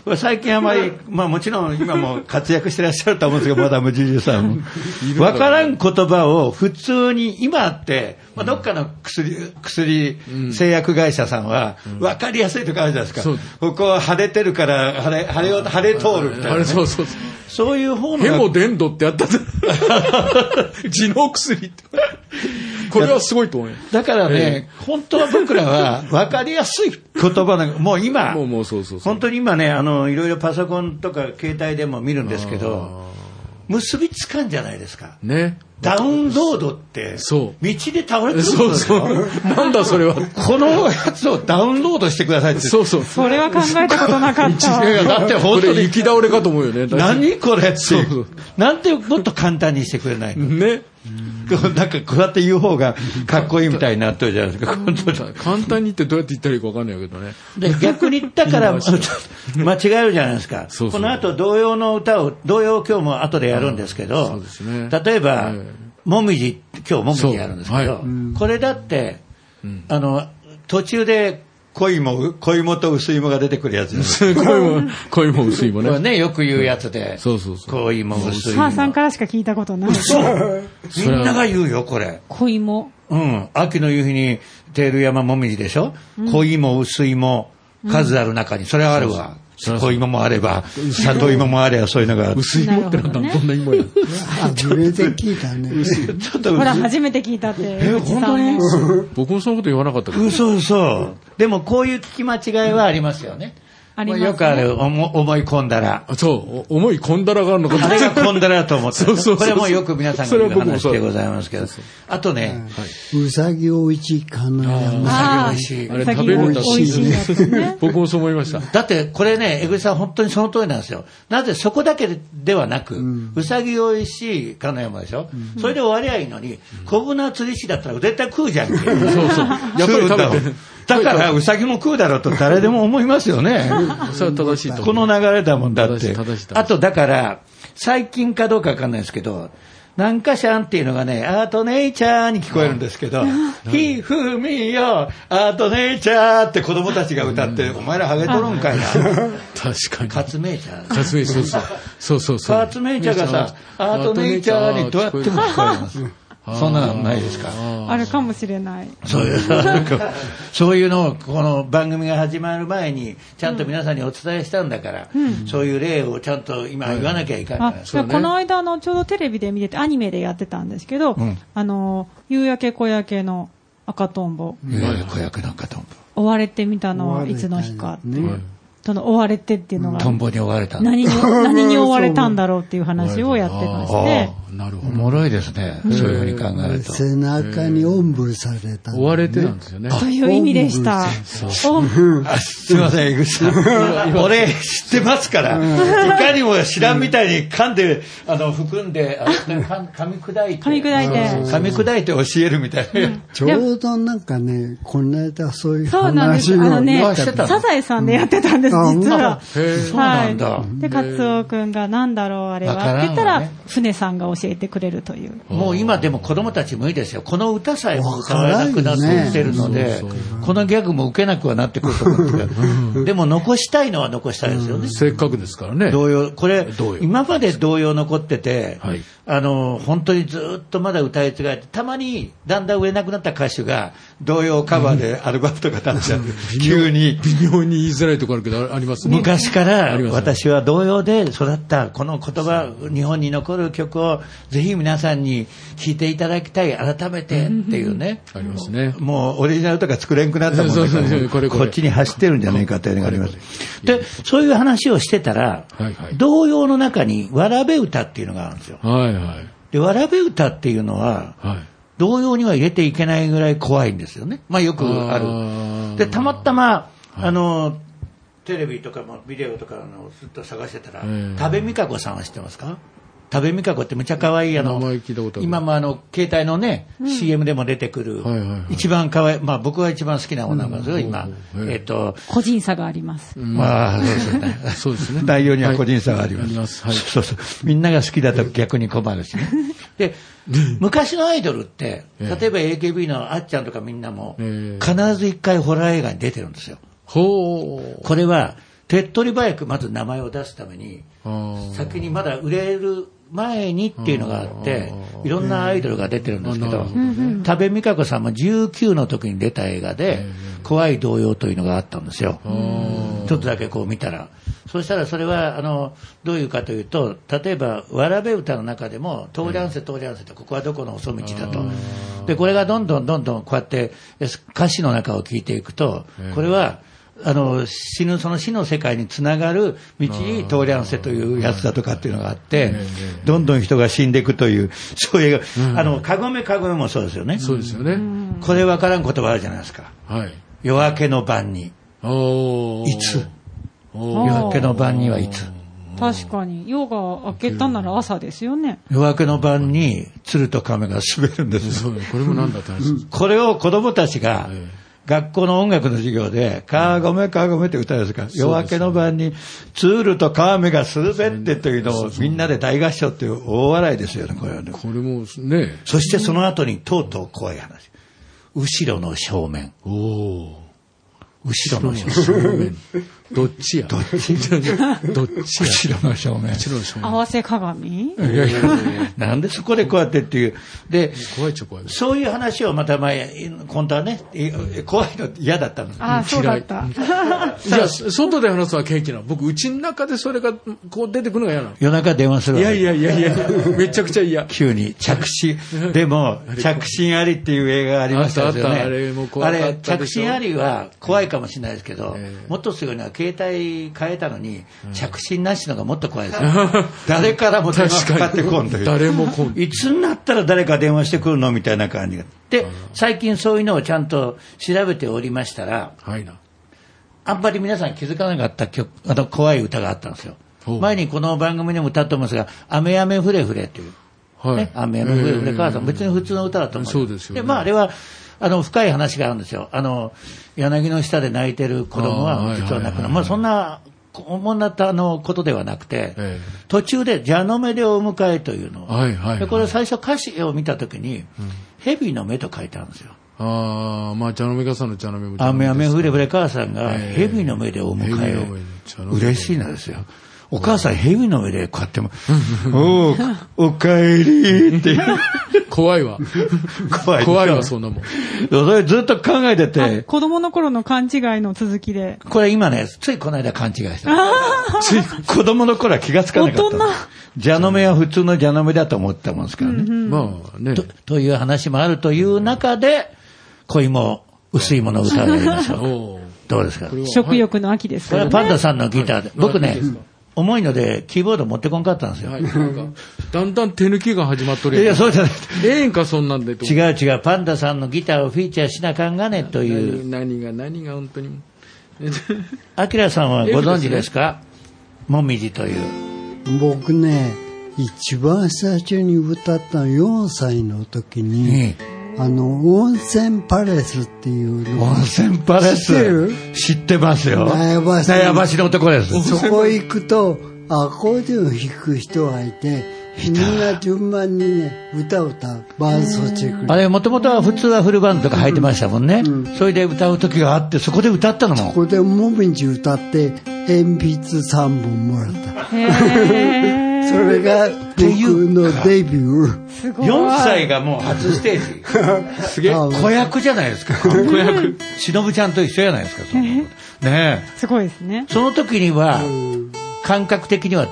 Speaker 3: う最近あま り、まあもちろん今も活躍してらっしゃると思うんですけど、マダム・ジュジュさんも。わからん言葉を普通に、今って、まあどっかの薬、薬、製薬会社さんは、わかりやすいとかあるじゃないです
Speaker 4: そ
Speaker 3: か
Speaker 4: う。
Speaker 3: ここは腫れてるから、腫れ、腫れを、腫れ通るみたい
Speaker 4: あれ、
Speaker 3: な。
Speaker 4: そうそうそう。
Speaker 3: そういう方の
Speaker 4: ヘ
Speaker 3: が。
Speaker 4: モデンドってあったじゃん地の薬って。これはすごいと思うよ。
Speaker 3: だからね、本当は僕らは分かりやすい言葉 なんかもう今、
Speaker 4: もうもうそうそうそう。
Speaker 3: 本当に今ね、あの、いろいろパソコンとか携帯でも見るんですけど、結びつかんじゃないですか。
Speaker 4: ね。
Speaker 3: ダウンロードって、道
Speaker 4: そう
Speaker 3: で倒れてるん
Speaker 4: そう
Speaker 3: です
Speaker 4: そ
Speaker 3: よ。
Speaker 4: う。なんだそれは。
Speaker 3: このやつをダウンロードしてくださいって。
Speaker 4: そうそう。
Speaker 5: それは考えたことなかっ
Speaker 3: いやい
Speaker 5: た。
Speaker 3: やだって
Speaker 4: こ
Speaker 3: 本当
Speaker 4: れ、
Speaker 3: に
Speaker 4: 行、き倒れかと思うよね。
Speaker 3: 何これって
Speaker 4: そうそう
Speaker 3: なんてもっと簡単にしてくれないの、
Speaker 4: ね。
Speaker 3: なんかこうやって言う方がかっこいいみたいになってるじゃないですか、本当に。
Speaker 4: 簡単に言ってどうやって言ったらいいか分かんないけどね。
Speaker 3: で逆に言ったから間
Speaker 4: 言い回
Speaker 3: 違えるじゃないですか
Speaker 4: そうそう
Speaker 3: この後童謡の歌を童謡を今日も後でやるんですけど、
Speaker 4: そうですね
Speaker 3: 例えば、
Speaker 4: え
Speaker 3: もみじ今日もみじやるんですけど、
Speaker 4: そうはい
Speaker 3: これだって、あの途中で恋も恋もと薄いもが出てくるやつです
Speaker 4: 声 も、声も薄いも
Speaker 3: これ
Speaker 4: ね。
Speaker 3: ねよく言うやつで、
Speaker 4: そうそうそう
Speaker 3: 恋も薄いも
Speaker 5: 母さんからしか聞いたことない。
Speaker 3: みんなが言うよこれ
Speaker 5: 恋も。
Speaker 3: うん、秋の夕日にテール山もみじでしょ、恋も薄いも数ある中に、それはあるわ。小芋もあれば、里芋もあれば、そういうのが、ち
Speaker 4: 薄いもってなんだ、
Speaker 5: なるほどね
Speaker 4: どんな芋や。
Speaker 6: 初めて聞い たね。
Speaker 3: ょっと
Speaker 5: ほら、初めて聞いたって。え、
Speaker 3: 本当に
Speaker 4: 僕もそのこと言わなかったけど。
Speaker 3: 嘘嘘。でもこういう聞き間違いはありますよね。
Speaker 5: ありますね
Speaker 3: よくある、思思い込んだ ら。
Speaker 4: あそう、お思い込んだらがあるのかと
Speaker 3: こ
Speaker 4: 思っ
Speaker 3: れ
Speaker 4: て
Speaker 3: が込んだらと思って。
Speaker 4: そうそうそう
Speaker 3: これもよく皆さんが
Speaker 4: それ
Speaker 3: 言
Speaker 4: は
Speaker 3: う
Speaker 4: 僕も
Speaker 3: 話
Speaker 4: そう
Speaker 3: でございますけど。あとね、
Speaker 6: うさぎおいちかな山。
Speaker 5: ああ、
Speaker 4: あれ食べるんだ
Speaker 5: 美味しいやつね。
Speaker 4: 僕もそう思いました。
Speaker 3: だってこれね、江口さん本当にその通りなんですよ。なぜそこだけではなく、うさぎおいしい金山でしょ、それで終わりゃいいのに、小舟釣り師だったら絶対食うじゃんけ。 そう
Speaker 4: そうやっぱり食べてる
Speaker 3: だから、うさぎも食うだろうと誰でも思いますよね。
Speaker 4: それは正しいと
Speaker 3: こ
Speaker 4: 思う。
Speaker 3: の流れだもんだっ
Speaker 4: 正してい正しい正しい。
Speaker 3: あとだから、最近かどうかわかんないですけど、なんかしゃんっていうのがね、アートネイチャーに聞こえるんですけど、 ひふみよ、アートネイチャーって子供たちが歌って、お前らハゲとるんかいな。
Speaker 4: 確か
Speaker 3: カ
Speaker 4: に。
Speaker 3: ツメイチャー。
Speaker 4: かつめ そうそう。そうそうそう。
Speaker 3: カツメイチャーがさ、アートネイチャーにどうやっても聞こえます。そんなのないですか
Speaker 5: あるかもしれない。
Speaker 3: そういう、なんかそういうのをこの番組が始まる前に、ちゃんと皆さんにお伝えしたんだから、そういう例をちゃんと今言わなきゃいかん
Speaker 5: あ
Speaker 3: ない。
Speaker 4: そうね
Speaker 5: この間あのちょうどテレビで見ててアニメでやってたんですけど、あの夕焼け小焼けの赤とんぼ
Speaker 3: ね子役なんかトン
Speaker 5: 追われてみたの
Speaker 6: 追
Speaker 5: は
Speaker 6: われた
Speaker 5: いつの日か、
Speaker 6: ね。
Speaker 5: その追われてっていうの
Speaker 3: ボ。
Speaker 5: が
Speaker 3: トンボに追われたんだ。
Speaker 5: 何に何に追われたんだろうっていう話をやってまして
Speaker 4: あーなる
Speaker 3: お
Speaker 4: ほど。
Speaker 3: もろいですね。そういうふうに考えると。
Speaker 6: 背中におんぶされた。
Speaker 4: 追われてなんですよね。
Speaker 5: という意味でした。お
Speaker 3: あすいません、江口さ ん。俺、知ってますから。いかにも知らんみたいに噛んで、あの、含んで、あ噛ん噛み砕いて。
Speaker 5: 噛み砕いて。
Speaker 3: 噛み砕いて教えるみたいな。
Speaker 6: ちょうどなんかね、この間そういう
Speaker 5: そうなんです。
Speaker 6: 話
Speaker 5: あ
Speaker 6: を
Speaker 5: のね、
Speaker 3: あしてたの
Speaker 5: サザエさんでやってたんです、
Speaker 6: うん
Speaker 5: 実は。
Speaker 4: へえ。
Speaker 3: そうなんだ
Speaker 5: はいで、カツオ君がなんだろう、あれは。
Speaker 3: わからんわ
Speaker 5: って言ったら
Speaker 3: ね、
Speaker 5: 船さんが教えてくれるという。
Speaker 3: もう今でも子供たち無理ですよ。この歌さえも歌われなくなってきてるので、このギャグも受けなくはなってくると思うんですけど、でも残したいのは残したいですよね。
Speaker 4: せっかくですから ね。
Speaker 3: 童謡、これ
Speaker 4: 童謡、
Speaker 3: 今まで童謡残ってて、
Speaker 4: はい
Speaker 3: あの、本当にずっとまだ歌い継がれて、たまにだんだん売れなくなった歌手が、童謡カバーでアルバムとか出しちゃう。 急に。
Speaker 4: 微妙に言いづらいところあるけど、あありますね。
Speaker 3: 昔から
Speaker 4: あります
Speaker 3: 私は童謡で育ったこの言葉、日本に残る曲をぜひ皆さんに聴いていただきたい、改めてっていうね。
Speaker 4: ありますね。
Speaker 3: もうオリジナルとか作れんくなったもん
Speaker 4: そう
Speaker 3: だ
Speaker 4: そ
Speaker 3: か
Speaker 4: う
Speaker 3: ら
Speaker 4: そう
Speaker 3: ね、
Speaker 4: これこ
Speaker 3: こ
Speaker 4: れ
Speaker 3: っちに走ってるんじゃないかっていうのがあります。で、そういう話をしてたら
Speaker 4: はいは、い
Speaker 3: 童謡の中にわらべ歌っていうのがあるんですよ。
Speaker 4: はいはい。
Speaker 3: で、わらべ歌っていうのは、
Speaker 4: はい。
Speaker 3: 童謡には入れていけないぐらい怖いんですよね。まあよくあ
Speaker 4: あ
Speaker 3: る。
Speaker 4: ー
Speaker 3: で、たまたま、あの、テレビとかもビデオとかのずっと探してたら
Speaker 4: え、え
Speaker 3: 多部未華子さんは知ってますか多部未華子ってめちゃ可愛いあの
Speaker 4: 名前聞いたことある
Speaker 3: 今もあの携帯のね、CM でも出てくる、
Speaker 4: はいはいはい
Speaker 3: 一番可愛いまあ僕が一番好きな女なんですよ、今
Speaker 4: うんう。ん
Speaker 3: えっと、
Speaker 5: 個人差があります。
Speaker 3: まあ、そうですよね。
Speaker 4: そうです ね。
Speaker 3: 内容には個人差があります。
Speaker 4: はいありますはい
Speaker 3: そうそうそう。みんなが好きだと逆に困るし ね。で、昔のアイドルって、
Speaker 4: ええ
Speaker 3: 例えば AKB のあっちゃんとかみんなも、
Speaker 4: ええ
Speaker 3: 必ず一回ホラー映画に出てるんですよ。
Speaker 4: ほう。
Speaker 3: これは、手っ取り早くまず名前を出すために、
Speaker 4: あー
Speaker 3: 先にまだ売れる前にっていうのがあって、いろんなアイドルが出てるんですけ
Speaker 4: なる
Speaker 3: ど
Speaker 4: ほ、
Speaker 3: 多部未華子さんも19の時に出た映画で、怖い童謡というのがあったんですよ。ちょっとだけこう見たら。そしたらそれは、あの、どういうかというと、例えば、わらべ歌の中でも、通りゃんせ通りゃんせと、ここはどこの細道だと。で、これがどんどんどんどんこうやってえ歌詞の中を聞いていくと、これは、あの死ぬその死の世界につながる道に通り合わせというやつだとかっていうのがあって、どんどん人が死んでいくという、 そういう、あのかごめかごめもそうですよね、
Speaker 4: そうですよね。
Speaker 3: これ分からん言葉あるじゃないですか、
Speaker 4: はい。
Speaker 3: 夜明けの晩に、
Speaker 4: おー
Speaker 3: いつ、
Speaker 4: おー
Speaker 3: 夜明け
Speaker 5: あ
Speaker 3: の晩にはいつ、
Speaker 5: 確かに。夜が明けたなら朝ですよね。
Speaker 3: 夜明けの晩に鶴と亀が滑るんですよ
Speaker 4: そうねこれもなんだって話です。
Speaker 3: これを子供たちが、学校の音楽の授業で、かーごめかーごめって歌うんですか、夜明けの晩に、ツールとカーメがするぜってというのをみんなで大合唱っていう大笑いですよね、これはね。
Speaker 4: これもね、
Speaker 3: そしてその後にとうとう怖い話。後ろの正面。
Speaker 4: おー
Speaker 3: 後ろの
Speaker 4: 正面どっちやどっちどっちや
Speaker 3: 後ろの正面。
Speaker 4: 後ろの正
Speaker 5: 合
Speaker 4: 面
Speaker 5: わせ鏡
Speaker 3: いやいやなんでそこでこうやってっていう。で、
Speaker 4: 怖いっちゃ怖い
Speaker 3: そういう話をまた前、今度はね、い怖いの嫌だったの。
Speaker 5: ああ、そうだった。
Speaker 4: じ ゃあ外で話すのはケーキなの僕うちの中でそれがこう出てくるのが嫌なの
Speaker 3: 夜中電話する
Speaker 4: い
Speaker 3: わ
Speaker 4: や
Speaker 3: け
Speaker 4: いやいやいやめちゃくちゃ嫌
Speaker 3: 急に着信、でも、着信ありっていう映画がありましたよね。
Speaker 4: あったあったあれも怖かった
Speaker 3: あれ
Speaker 4: でし
Speaker 3: 着
Speaker 4: ょ
Speaker 3: 信ありは怖いかもしれないですけど
Speaker 4: え、え
Speaker 3: もっとすごいのは携帯変えたのに、着信なしのがもっと怖い ですよ。誰からも電話かかってこんという。
Speaker 4: 誰もこん
Speaker 3: いつになったら誰か電話してくるのみたいな感じが。で、最近そういうのをちゃんと調べておりましたら、
Speaker 4: はいな
Speaker 3: あんまり皆さん気づかなかった曲、あの怖い歌があったんですよ
Speaker 4: ほう。
Speaker 3: 前にこの番組でも歌ってますが、雨雨ふれふれという。
Speaker 4: は
Speaker 3: ね
Speaker 4: い、
Speaker 3: 雨の降るで母さん、別に普通の歌だと思う。
Speaker 4: そうですよね
Speaker 3: まあ、あれは、あの、深い話があるんですよ。あの、柳の下で泣いてる子供
Speaker 4: あー
Speaker 3: は、
Speaker 4: はい
Speaker 3: 実は泣く
Speaker 4: はいはいは
Speaker 3: の。
Speaker 4: い
Speaker 3: まあ、そんな、主なったあのことではなくて、
Speaker 4: ええ
Speaker 3: 途中で、蛇の目でお迎えというのを、
Speaker 4: はいはいはい
Speaker 3: でこれ最初歌詞を見たときに、蛇の目と書いてあるんですよ。
Speaker 4: ああまあ茶飲みさんの茶飲みも
Speaker 3: 雨雨降れ降れ母さんが
Speaker 4: ええ
Speaker 3: 蛇の目でお迎
Speaker 4: 蛇
Speaker 3: え
Speaker 4: の目で茶の
Speaker 3: を
Speaker 4: 目で
Speaker 3: 嬉しいなですよお母さん蛇の目でこうやっても「おおおかえり」っていう
Speaker 4: 怖いわ
Speaker 3: 怖いでしょ
Speaker 4: 怖いわそんなもん
Speaker 3: それずっと考えてて、
Speaker 5: 子供の頃の勘違いの続きで。
Speaker 3: これ今ね、ついこの間勘違いした。つい子供の頃は気がつかなかった。
Speaker 5: 大
Speaker 3: 蛇の目は普通の蛇の目だと思ってたもんですからね。
Speaker 4: まあね
Speaker 3: とという話もあるという中で、恋も薄いものを歌うやりましょう。
Speaker 4: おー
Speaker 3: どうですか
Speaker 4: これは
Speaker 5: 食欲の秋です
Speaker 3: これ
Speaker 5: から
Speaker 3: は
Speaker 5: ね。
Speaker 3: パンダさんのギターで。僕
Speaker 4: いい
Speaker 3: ね
Speaker 4: ですか、
Speaker 3: 重いのでキーボード持ってこんかったんですよ
Speaker 4: は。い、なんかだんだん手抜きが始まっと
Speaker 3: い
Speaker 4: る
Speaker 3: やい
Speaker 4: や
Speaker 3: や、
Speaker 4: ん
Speaker 3: そうじゃない。
Speaker 4: ええんかそんなんでと
Speaker 3: 違う違う、パンダさんのギターをフィーチャーしなかんがねという、
Speaker 4: 何が何が本当に
Speaker 3: アキラさんはご存知ですかもみじという。
Speaker 6: 僕ね、一番最初に歌ったの4歳の時に、あの、温泉パレスっていうのが
Speaker 3: 温泉パレス
Speaker 6: 知ってる
Speaker 3: 知ってますよ
Speaker 6: 苗場さん
Speaker 3: 苗場市の男です
Speaker 6: そこ行くと、アコーディオン弾く人がいて、みんな順番にね、歌を歌う。伴奏チェッ
Speaker 3: あ
Speaker 6: ク。
Speaker 3: れもともとは普通はフルバンドとか入ってましたもんね、それで歌う時があってそこで歌ったの
Speaker 6: こ
Speaker 3: も
Speaker 6: こでもみじ歌って、鉛筆3本もらった。
Speaker 5: へ
Speaker 6: それが僕のデビュー。
Speaker 5: ーすごい。
Speaker 3: 4歳がもう初ステージ すげえ
Speaker 6: あ
Speaker 3: 子役じゃないですか 子役忍ちゃんと一緒じゃないですかそんな ことねえ
Speaker 5: すごいですね。
Speaker 3: その時には感覚的には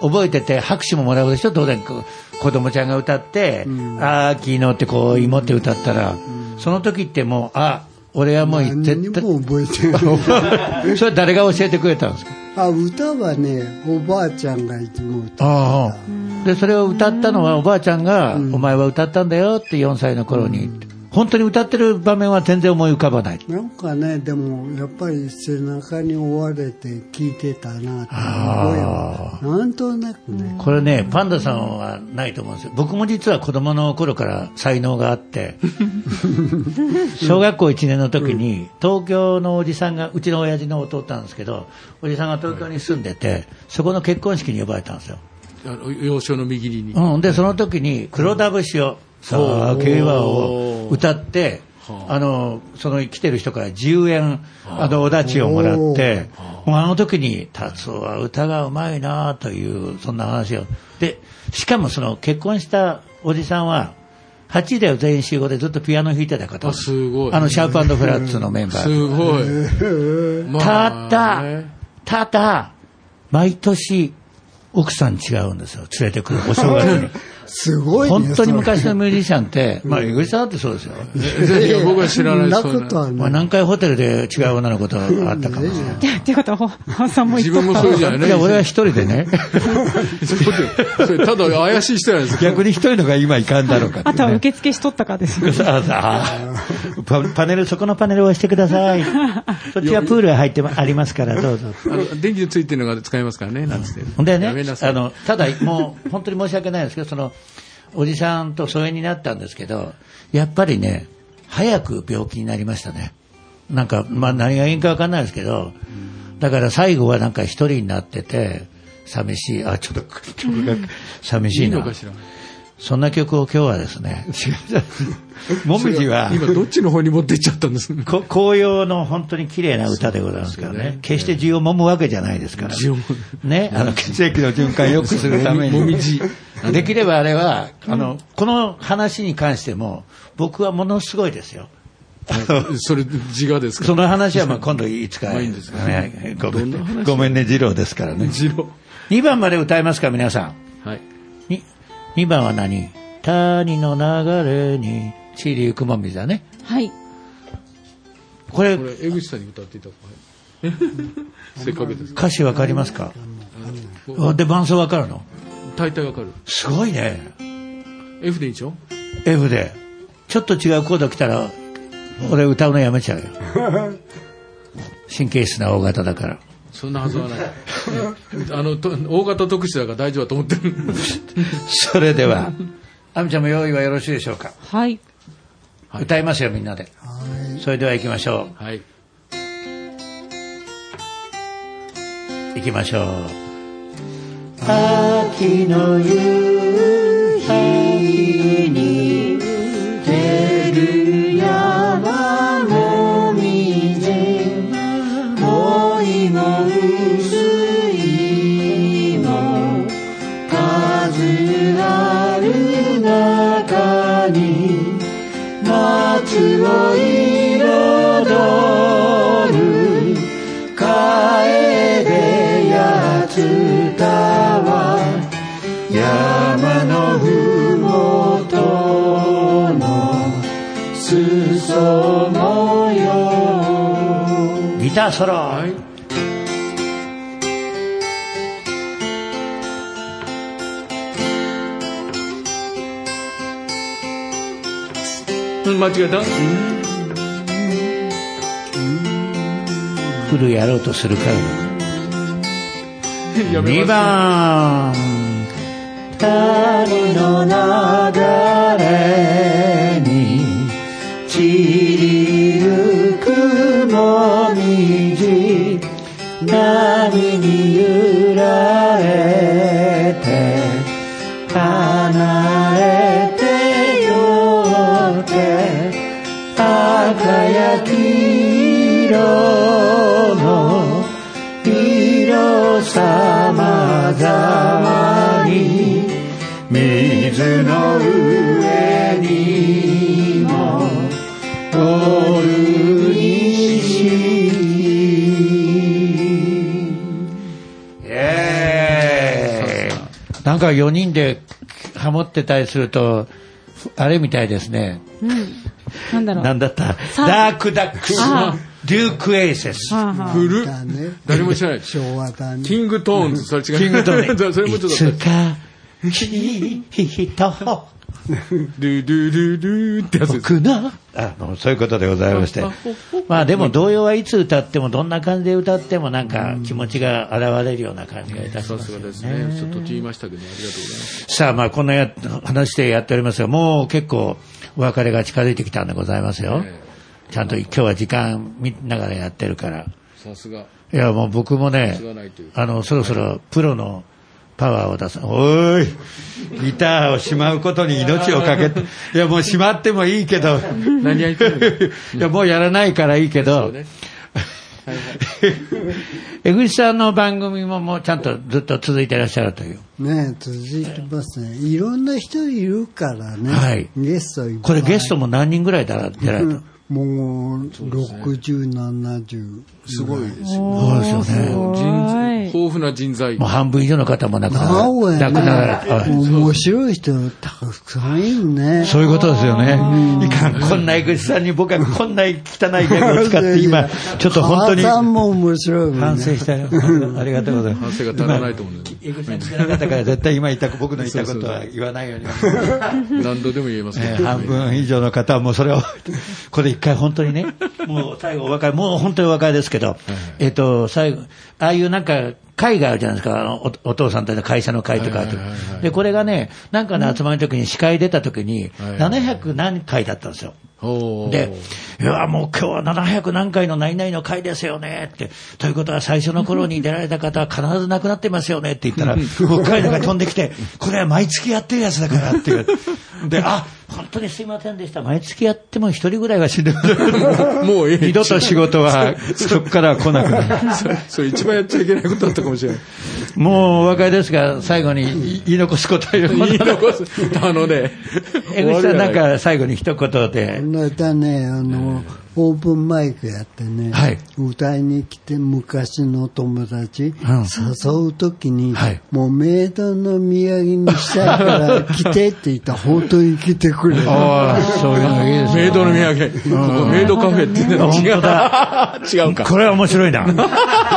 Speaker 3: お覚えてて拍手ももらうでしょ当然こう子供ちゃんが歌って「ああ昨日」ってこう芋って歌ったら、その時ってもうあ俺はもう
Speaker 6: 何に
Speaker 3: 絶対
Speaker 6: も覚えてな い。
Speaker 3: それ誰が教えてくれたんですか
Speaker 6: あ歌はねおばあちゃんがいつも歌
Speaker 3: ああでそれを歌ったのはおばあちゃんが「お前は歌ったんだよ」って4歳の頃に本当に歌ってる場面は全然思い浮かばない
Speaker 6: なんかねでもやっぱり背中に追われて聞いてたなって
Speaker 3: あ
Speaker 6: いう声はなんとなくね
Speaker 3: これねパンダさんはないと思うんですよ僕も実は子供の頃から才能があって 小学校1年の時に東京のおじさんがうちの親父の弟なんですけどおじさんが東京に住んでてそこの結婚式に呼ばれたんですよ
Speaker 4: あの幼少の右に
Speaker 3: うん、でその時に「黒田節を」さあ
Speaker 4: おー
Speaker 3: 競馬を歌って
Speaker 4: はあ
Speaker 3: あのその来てる人から10円あのお立ちをもらってもうあの時に「達夫は歌がうまいな」というそんな話をでしかもその結婚したおじさんは8で全員集合でずっとピアノ弾いてた方
Speaker 4: あすごい
Speaker 3: あのシャープフラッツのメンバー
Speaker 4: すごい、ま
Speaker 3: ただ
Speaker 4: ね、
Speaker 3: ただ、毎年、奥さん違うんですよ。連れてく る。お正月に。
Speaker 6: すごいね
Speaker 3: 本当に昔
Speaker 6: そ
Speaker 3: のミュージシャンって、まあ、井口さんだってそうですよ。
Speaker 4: いや僕は知 らない
Speaker 6: そ
Speaker 4: そうん
Speaker 6: な
Speaker 4: いう
Speaker 6: こと
Speaker 4: の
Speaker 6: は
Speaker 3: まあ、
Speaker 6: ない
Speaker 3: 何回ホテルで違う女の子と会ったかもしれない。
Speaker 5: いやっていうことは、ハンさんも言
Speaker 4: 自
Speaker 5: っ
Speaker 4: 分
Speaker 5: て
Speaker 4: も
Speaker 5: た。
Speaker 4: そうじゃない
Speaker 3: いや、俺は一人でね、
Speaker 4: それただ怪しい人やないですか
Speaker 3: 逆に一人のが今いかんだろうかって
Speaker 5: あ
Speaker 3: ね
Speaker 5: とは受付しとったかですよ。
Speaker 3: さあさあ、パパネル、そこのパネルを押してください。そっちはプールが入ってまありますから、どうぞ。
Speaker 4: あの電気ついてるのが使えますからねなんつって
Speaker 3: ほんでね
Speaker 4: やめな、さい
Speaker 3: あの、ただ、もう、 本当に申し訳ないですけど、その、おじさんと疎遠になったんですけど、やっぱりね、早く病気になりましたね。なんか、まあ、何がいいんかわかんないですけど、だから最後はなんか一人になってて、寂しい、あ、ちょっと、ちょっと寂し
Speaker 4: い
Speaker 3: い
Speaker 4: い
Speaker 3: な。
Speaker 4: のかしら
Speaker 3: そんな曲を今日はですね、 もみじは
Speaker 4: 今どっちの方に持ってっちゃったんで すか
Speaker 3: こ紅葉の本当に綺麗な歌でございますからね、決して地を揉むわけじゃないですから、
Speaker 4: 地を揉
Speaker 3: ね、あの血液の循環を良くするために、
Speaker 4: もみもみじ
Speaker 3: できればあれはあの、この話に関しても、僕はものすごいですよ。
Speaker 4: それ、自我ですか
Speaker 3: その話はまあ今度いつか
Speaker 4: まあいいんですか
Speaker 3: ねごめん
Speaker 4: どんな話
Speaker 3: ごめんね、二郎ですからね。
Speaker 4: 二郎。
Speaker 3: 2番まで歌いますか、皆さん。
Speaker 4: はい。
Speaker 3: に2番は何谷の流れに散りゆくもみじだね。
Speaker 5: はい。
Speaker 3: これ
Speaker 4: こ、れ、江口さんに歌っていただこう。せっかくです。
Speaker 3: 歌詞わかりますかあで、伴奏わかるの
Speaker 4: 大体わかる。
Speaker 3: すごいね。
Speaker 4: F でいいでしょ
Speaker 3: F で。ちょっと違うコード来たら、俺歌うのやめち ゃうよ。神経質な大型だから。
Speaker 4: そんなはずは ない。あの、と大型特殊だから大丈夫だと思 ってる。
Speaker 3: それで は、アミちゃんも用意はよろしいでしょうか。
Speaker 5: はい。
Speaker 3: 歌いますよ、みんなで。それでは行きましょ
Speaker 4: はい。
Speaker 3: う。行きましょう。秋の夕日に出る山もみじ恋の薄いの数ある中に夏を彩る楓やつたは山のふもとの裾模様ギターソロ、
Speaker 4: 間違えた
Speaker 3: フルやろうとするから
Speaker 4: やめ
Speaker 3: 2
Speaker 4: ます。
Speaker 3: 番「谷の流れに散りゆくもみじ」「波に揺られて離れてよって」輝き色の色さまざまに水の上にもおる石えーなんか4人でハモってたりするとあれみたいですね
Speaker 5: うん。なんだろう。
Speaker 3: なんだった
Speaker 5: さ
Speaker 3: ダークダックス
Speaker 5: あ、
Speaker 3: デュークエイセス。
Speaker 5: はあはあ
Speaker 4: 古っ
Speaker 6: だね。
Speaker 4: 誰も知らない。
Speaker 6: 昭和だね。
Speaker 4: キングトーンズ、それ違う。
Speaker 3: キングト ーン。
Speaker 4: それもちょっと。
Speaker 3: いつか、きっと、
Speaker 4: ドゥドゥドゥドゥってやつです。
Speaker 3: 僕の。あの、そういうことでございまして。まあでも、童謡はいつ歌っても、どんな感じで歌っても、なんか気持ちが現れるような感じがいたし
Speaker 4: さ
Speaker 3: ますす
Speaker 4: が
Speaker 3: よ
Speaker 4: です
Speaker 3: ね。
Speaker 4: ね。ちょっと言いましたけど、ありがとうございます。
Speaker 3: さあ、まあこんなや話でやっておりますが、もう結構お別れが近づいてきたんでございますよ。ちゃんと今日は時間見ながらやってるから。
Speaker 4: さすが。
Speaker 3: いや、もう僕もね
Speaker 4: 知らないという、
Speaker 3: あの、そろそろプロのパワーを出さ、おーい、ギターをしまうことに命をかけて、いや、もうしまってもいいけど、
Speaker 4: 何やってる の
Speaker 3: いや、もうやらないからいいけど、
Speaker 4: ね
Speaker 3: 江口さんの番組ももうちゃんとずっと続いてらっしゃるという。
Speaker 6: ね続いてますね。いろんな人いるからね。
Speaker 3: はい
Speaker 6: ゲストいっぱい。
Speaker 3: これゲストも何人ぐらいだら出られた
Speaker 6: もう、60、70。
Speaker 4: すごいですよ。
Speaker 5: おー
Speaker 3: そうですよね
Speaker 5: ごい
Speaker 4: 人豊富な人材
Speaker 3: もう。半分以上の方も亡くな
Speaker 6: なおや
Speaker 3: ら
Speaker 6: ね
Speaker 3: 亡くなられた。はい
Speaker 6: 面白い人たくさんいるね。
Speaker 3: そういうことですよね。いかん、こんな江口さんに僕はこんな汚いギャグを使って今、ちょっと本当に。
Speaker 6: 母さんも面白いもん
Speaker 3: 反
Speaker 6: ね。
Speaker 3: 省したよ。ありがとうございま
Speaker 4: 反
Speaker 3: す。
Speaker 4: 省が足らないと思うんだ よね
Speaker 3: 江口さん知らなかったから絶対今言った僕の言ったことは言わないように。
Speaker 4: 何度でも言えますけ
Speaker 3: ね
Speaker 4: ど。
Speaker 3: 半分以上の方はもうそれを、 これ一回本当に ね、もう最後お別れ、もう本当にお別れですけど、えっと、最後、ああいうなんか会があるじゃないですか、あのおお父さんたちの会社の会とかあると
Speaker 4: はいはいはいはい
Speaker 3: で、これがね、なんかの集まりの時に司会出た時に、
Speaker 4: はいはい
Speaker 3: 700何回だったんですよ。
Speaker 4: おー
Speaker 3: で、いや、もう今日は700何回の何々の回ですよねって、ということは最初の頃に出られた方は必ず亡くなってますよねって言ったら、北海道が飛んできて、これは毎月やってるやつだからっていう。で、あ、本当にすいませんでした。毎月やっても一人ぐらいは死んでます。
Speaker 4: もうええ
Speaker 3: 二 度と仕事は、そこからは来なくなる。
Speaker 4: それそれ一番やっちゃいけないことだったかもしれない。
Speaker 3: もうお別れですが、最後に言い残すことはよ
Speaker 4: 言い残す。あのね。
Speaker 3: 江口さんなんか最後に一言で。
Speaker 6: またね、あの、オープンマイクやってね、
Speaker 3: はい
Speaker 6: 歌いに来て昔の友達、誘うときに、
Speaker 3: はい
Speaker 6: もうメイドの土産にしたいから 来てって言ったら本当に来てくれる。
Speaker 3: ああ、そういうのいいです
Speaker 4: メイ
Speaker 3: ね。
Speaker 4: ドの土産。ここメイドカフェって言ってたの違う。違うか。
Speaker 3: これは面白いな。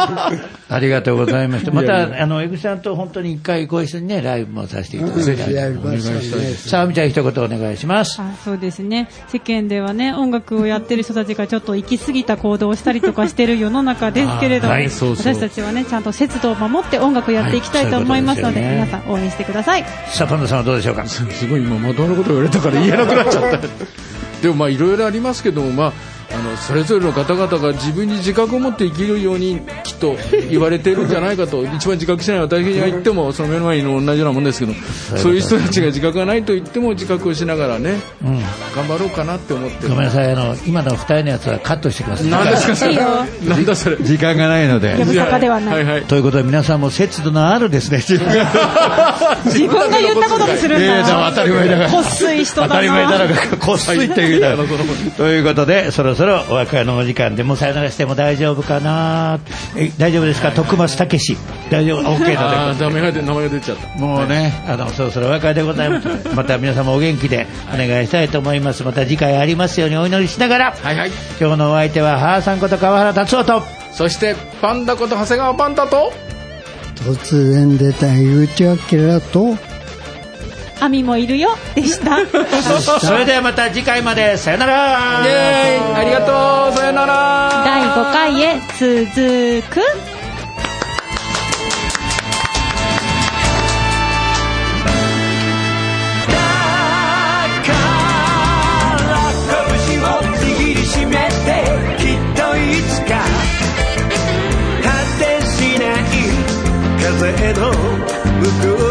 Speaker 3: ありがとうございました。また、あの、江口さんと本当に一回ご一緒にね、ライブもさせていただい
Speaker 6: ぜ
Speaker 3: て。
Speaker 6: ひやりましょうね。
Speaker 3: さあ、みちゃん一言お願いします。
Speaker 5: あそうですね世間ではね音楽をやってる人たちがちょっと行き過ぎた行動をしたりとかしてる世の中ですけれども、
Speaker 3: あはい
Speaker 4: そうそう
Speaker 5: 私たちはねちゃんと節度を守って音楽をやっていきたいと思いますので,、
Speaker 3: はいそういうことですよね
Speaker 5: 皆さん応援してください
Speaker 3: さあ、パンダさんはどうでしょうか。
Speaker 4: すごい今まともなこと言われたから言えなくなっちゃった。 でもまあいろいろありますけども、まあ、あのそれぞれの方々が自分に自覚を持って生きるようにきっと言われてるんじゃないかと一番自覚しない私が言ってもその目の前にいるの同じようなもんですけどそういう人たちが自覚がないと言っても自覚をしながらね、頑張ろうかなって思って
Speaker 3: ごめんなさい、あの、今の二人のやつはカットしてください。
Speaker 4: 何ですかそれなんだそれ
Speaker 3: 時間がないので
Speaker 5: やぶさかではない
Speaker 4: はいはい
Speaker 3: ということで、皆さんも節度のあるですね、自分が。
Speaker 5: 自分が言ったことにするん
Speaker 3: いやいや
Speaker 5: だ
Speaker 3: 当たり前だから
Speaker 5: こっすい人だ
Speaker 3: 当
Speaker 5: な
Speaker 3: たり前だろうが、こっ そりって言うだろう
Speaker 4: はい
Speaker 3: ということで、そろそろお別れのお時間で、もうさよならしても大丈夫かなえ大丈夫ですか徳松武史。大丈夫 ?OK のでござい
Speaker 4: あ
Speaker 3: ま
Speaker 4: あ
Speaker 3: す。
Speaker 4: ダメが出名前が出ちゃった
Speaker 3: もうね、あの、そろそろお別れでございます。また皆様お元気でお願いしたいと思います。また次回ありますようにお祈りしながら、
Speaker 4: はいはい
Speaker 3: 今日のお相手は、母さんこと川原達夫と、
Speaker 4: そしてパンダこと長谷川パンダと
Speaker 6: 突然出たゆうちゃきらと、
Speaker 5: 亜美もいるよ でした
Speaker 3: それではまた次回まで、さよなら
Speaker 4: イエーイありがとうさよなら
Speaker 5: 第5回へ続く
Speaker 7: 拳を握りしめてきっといつか果てしない風の向こう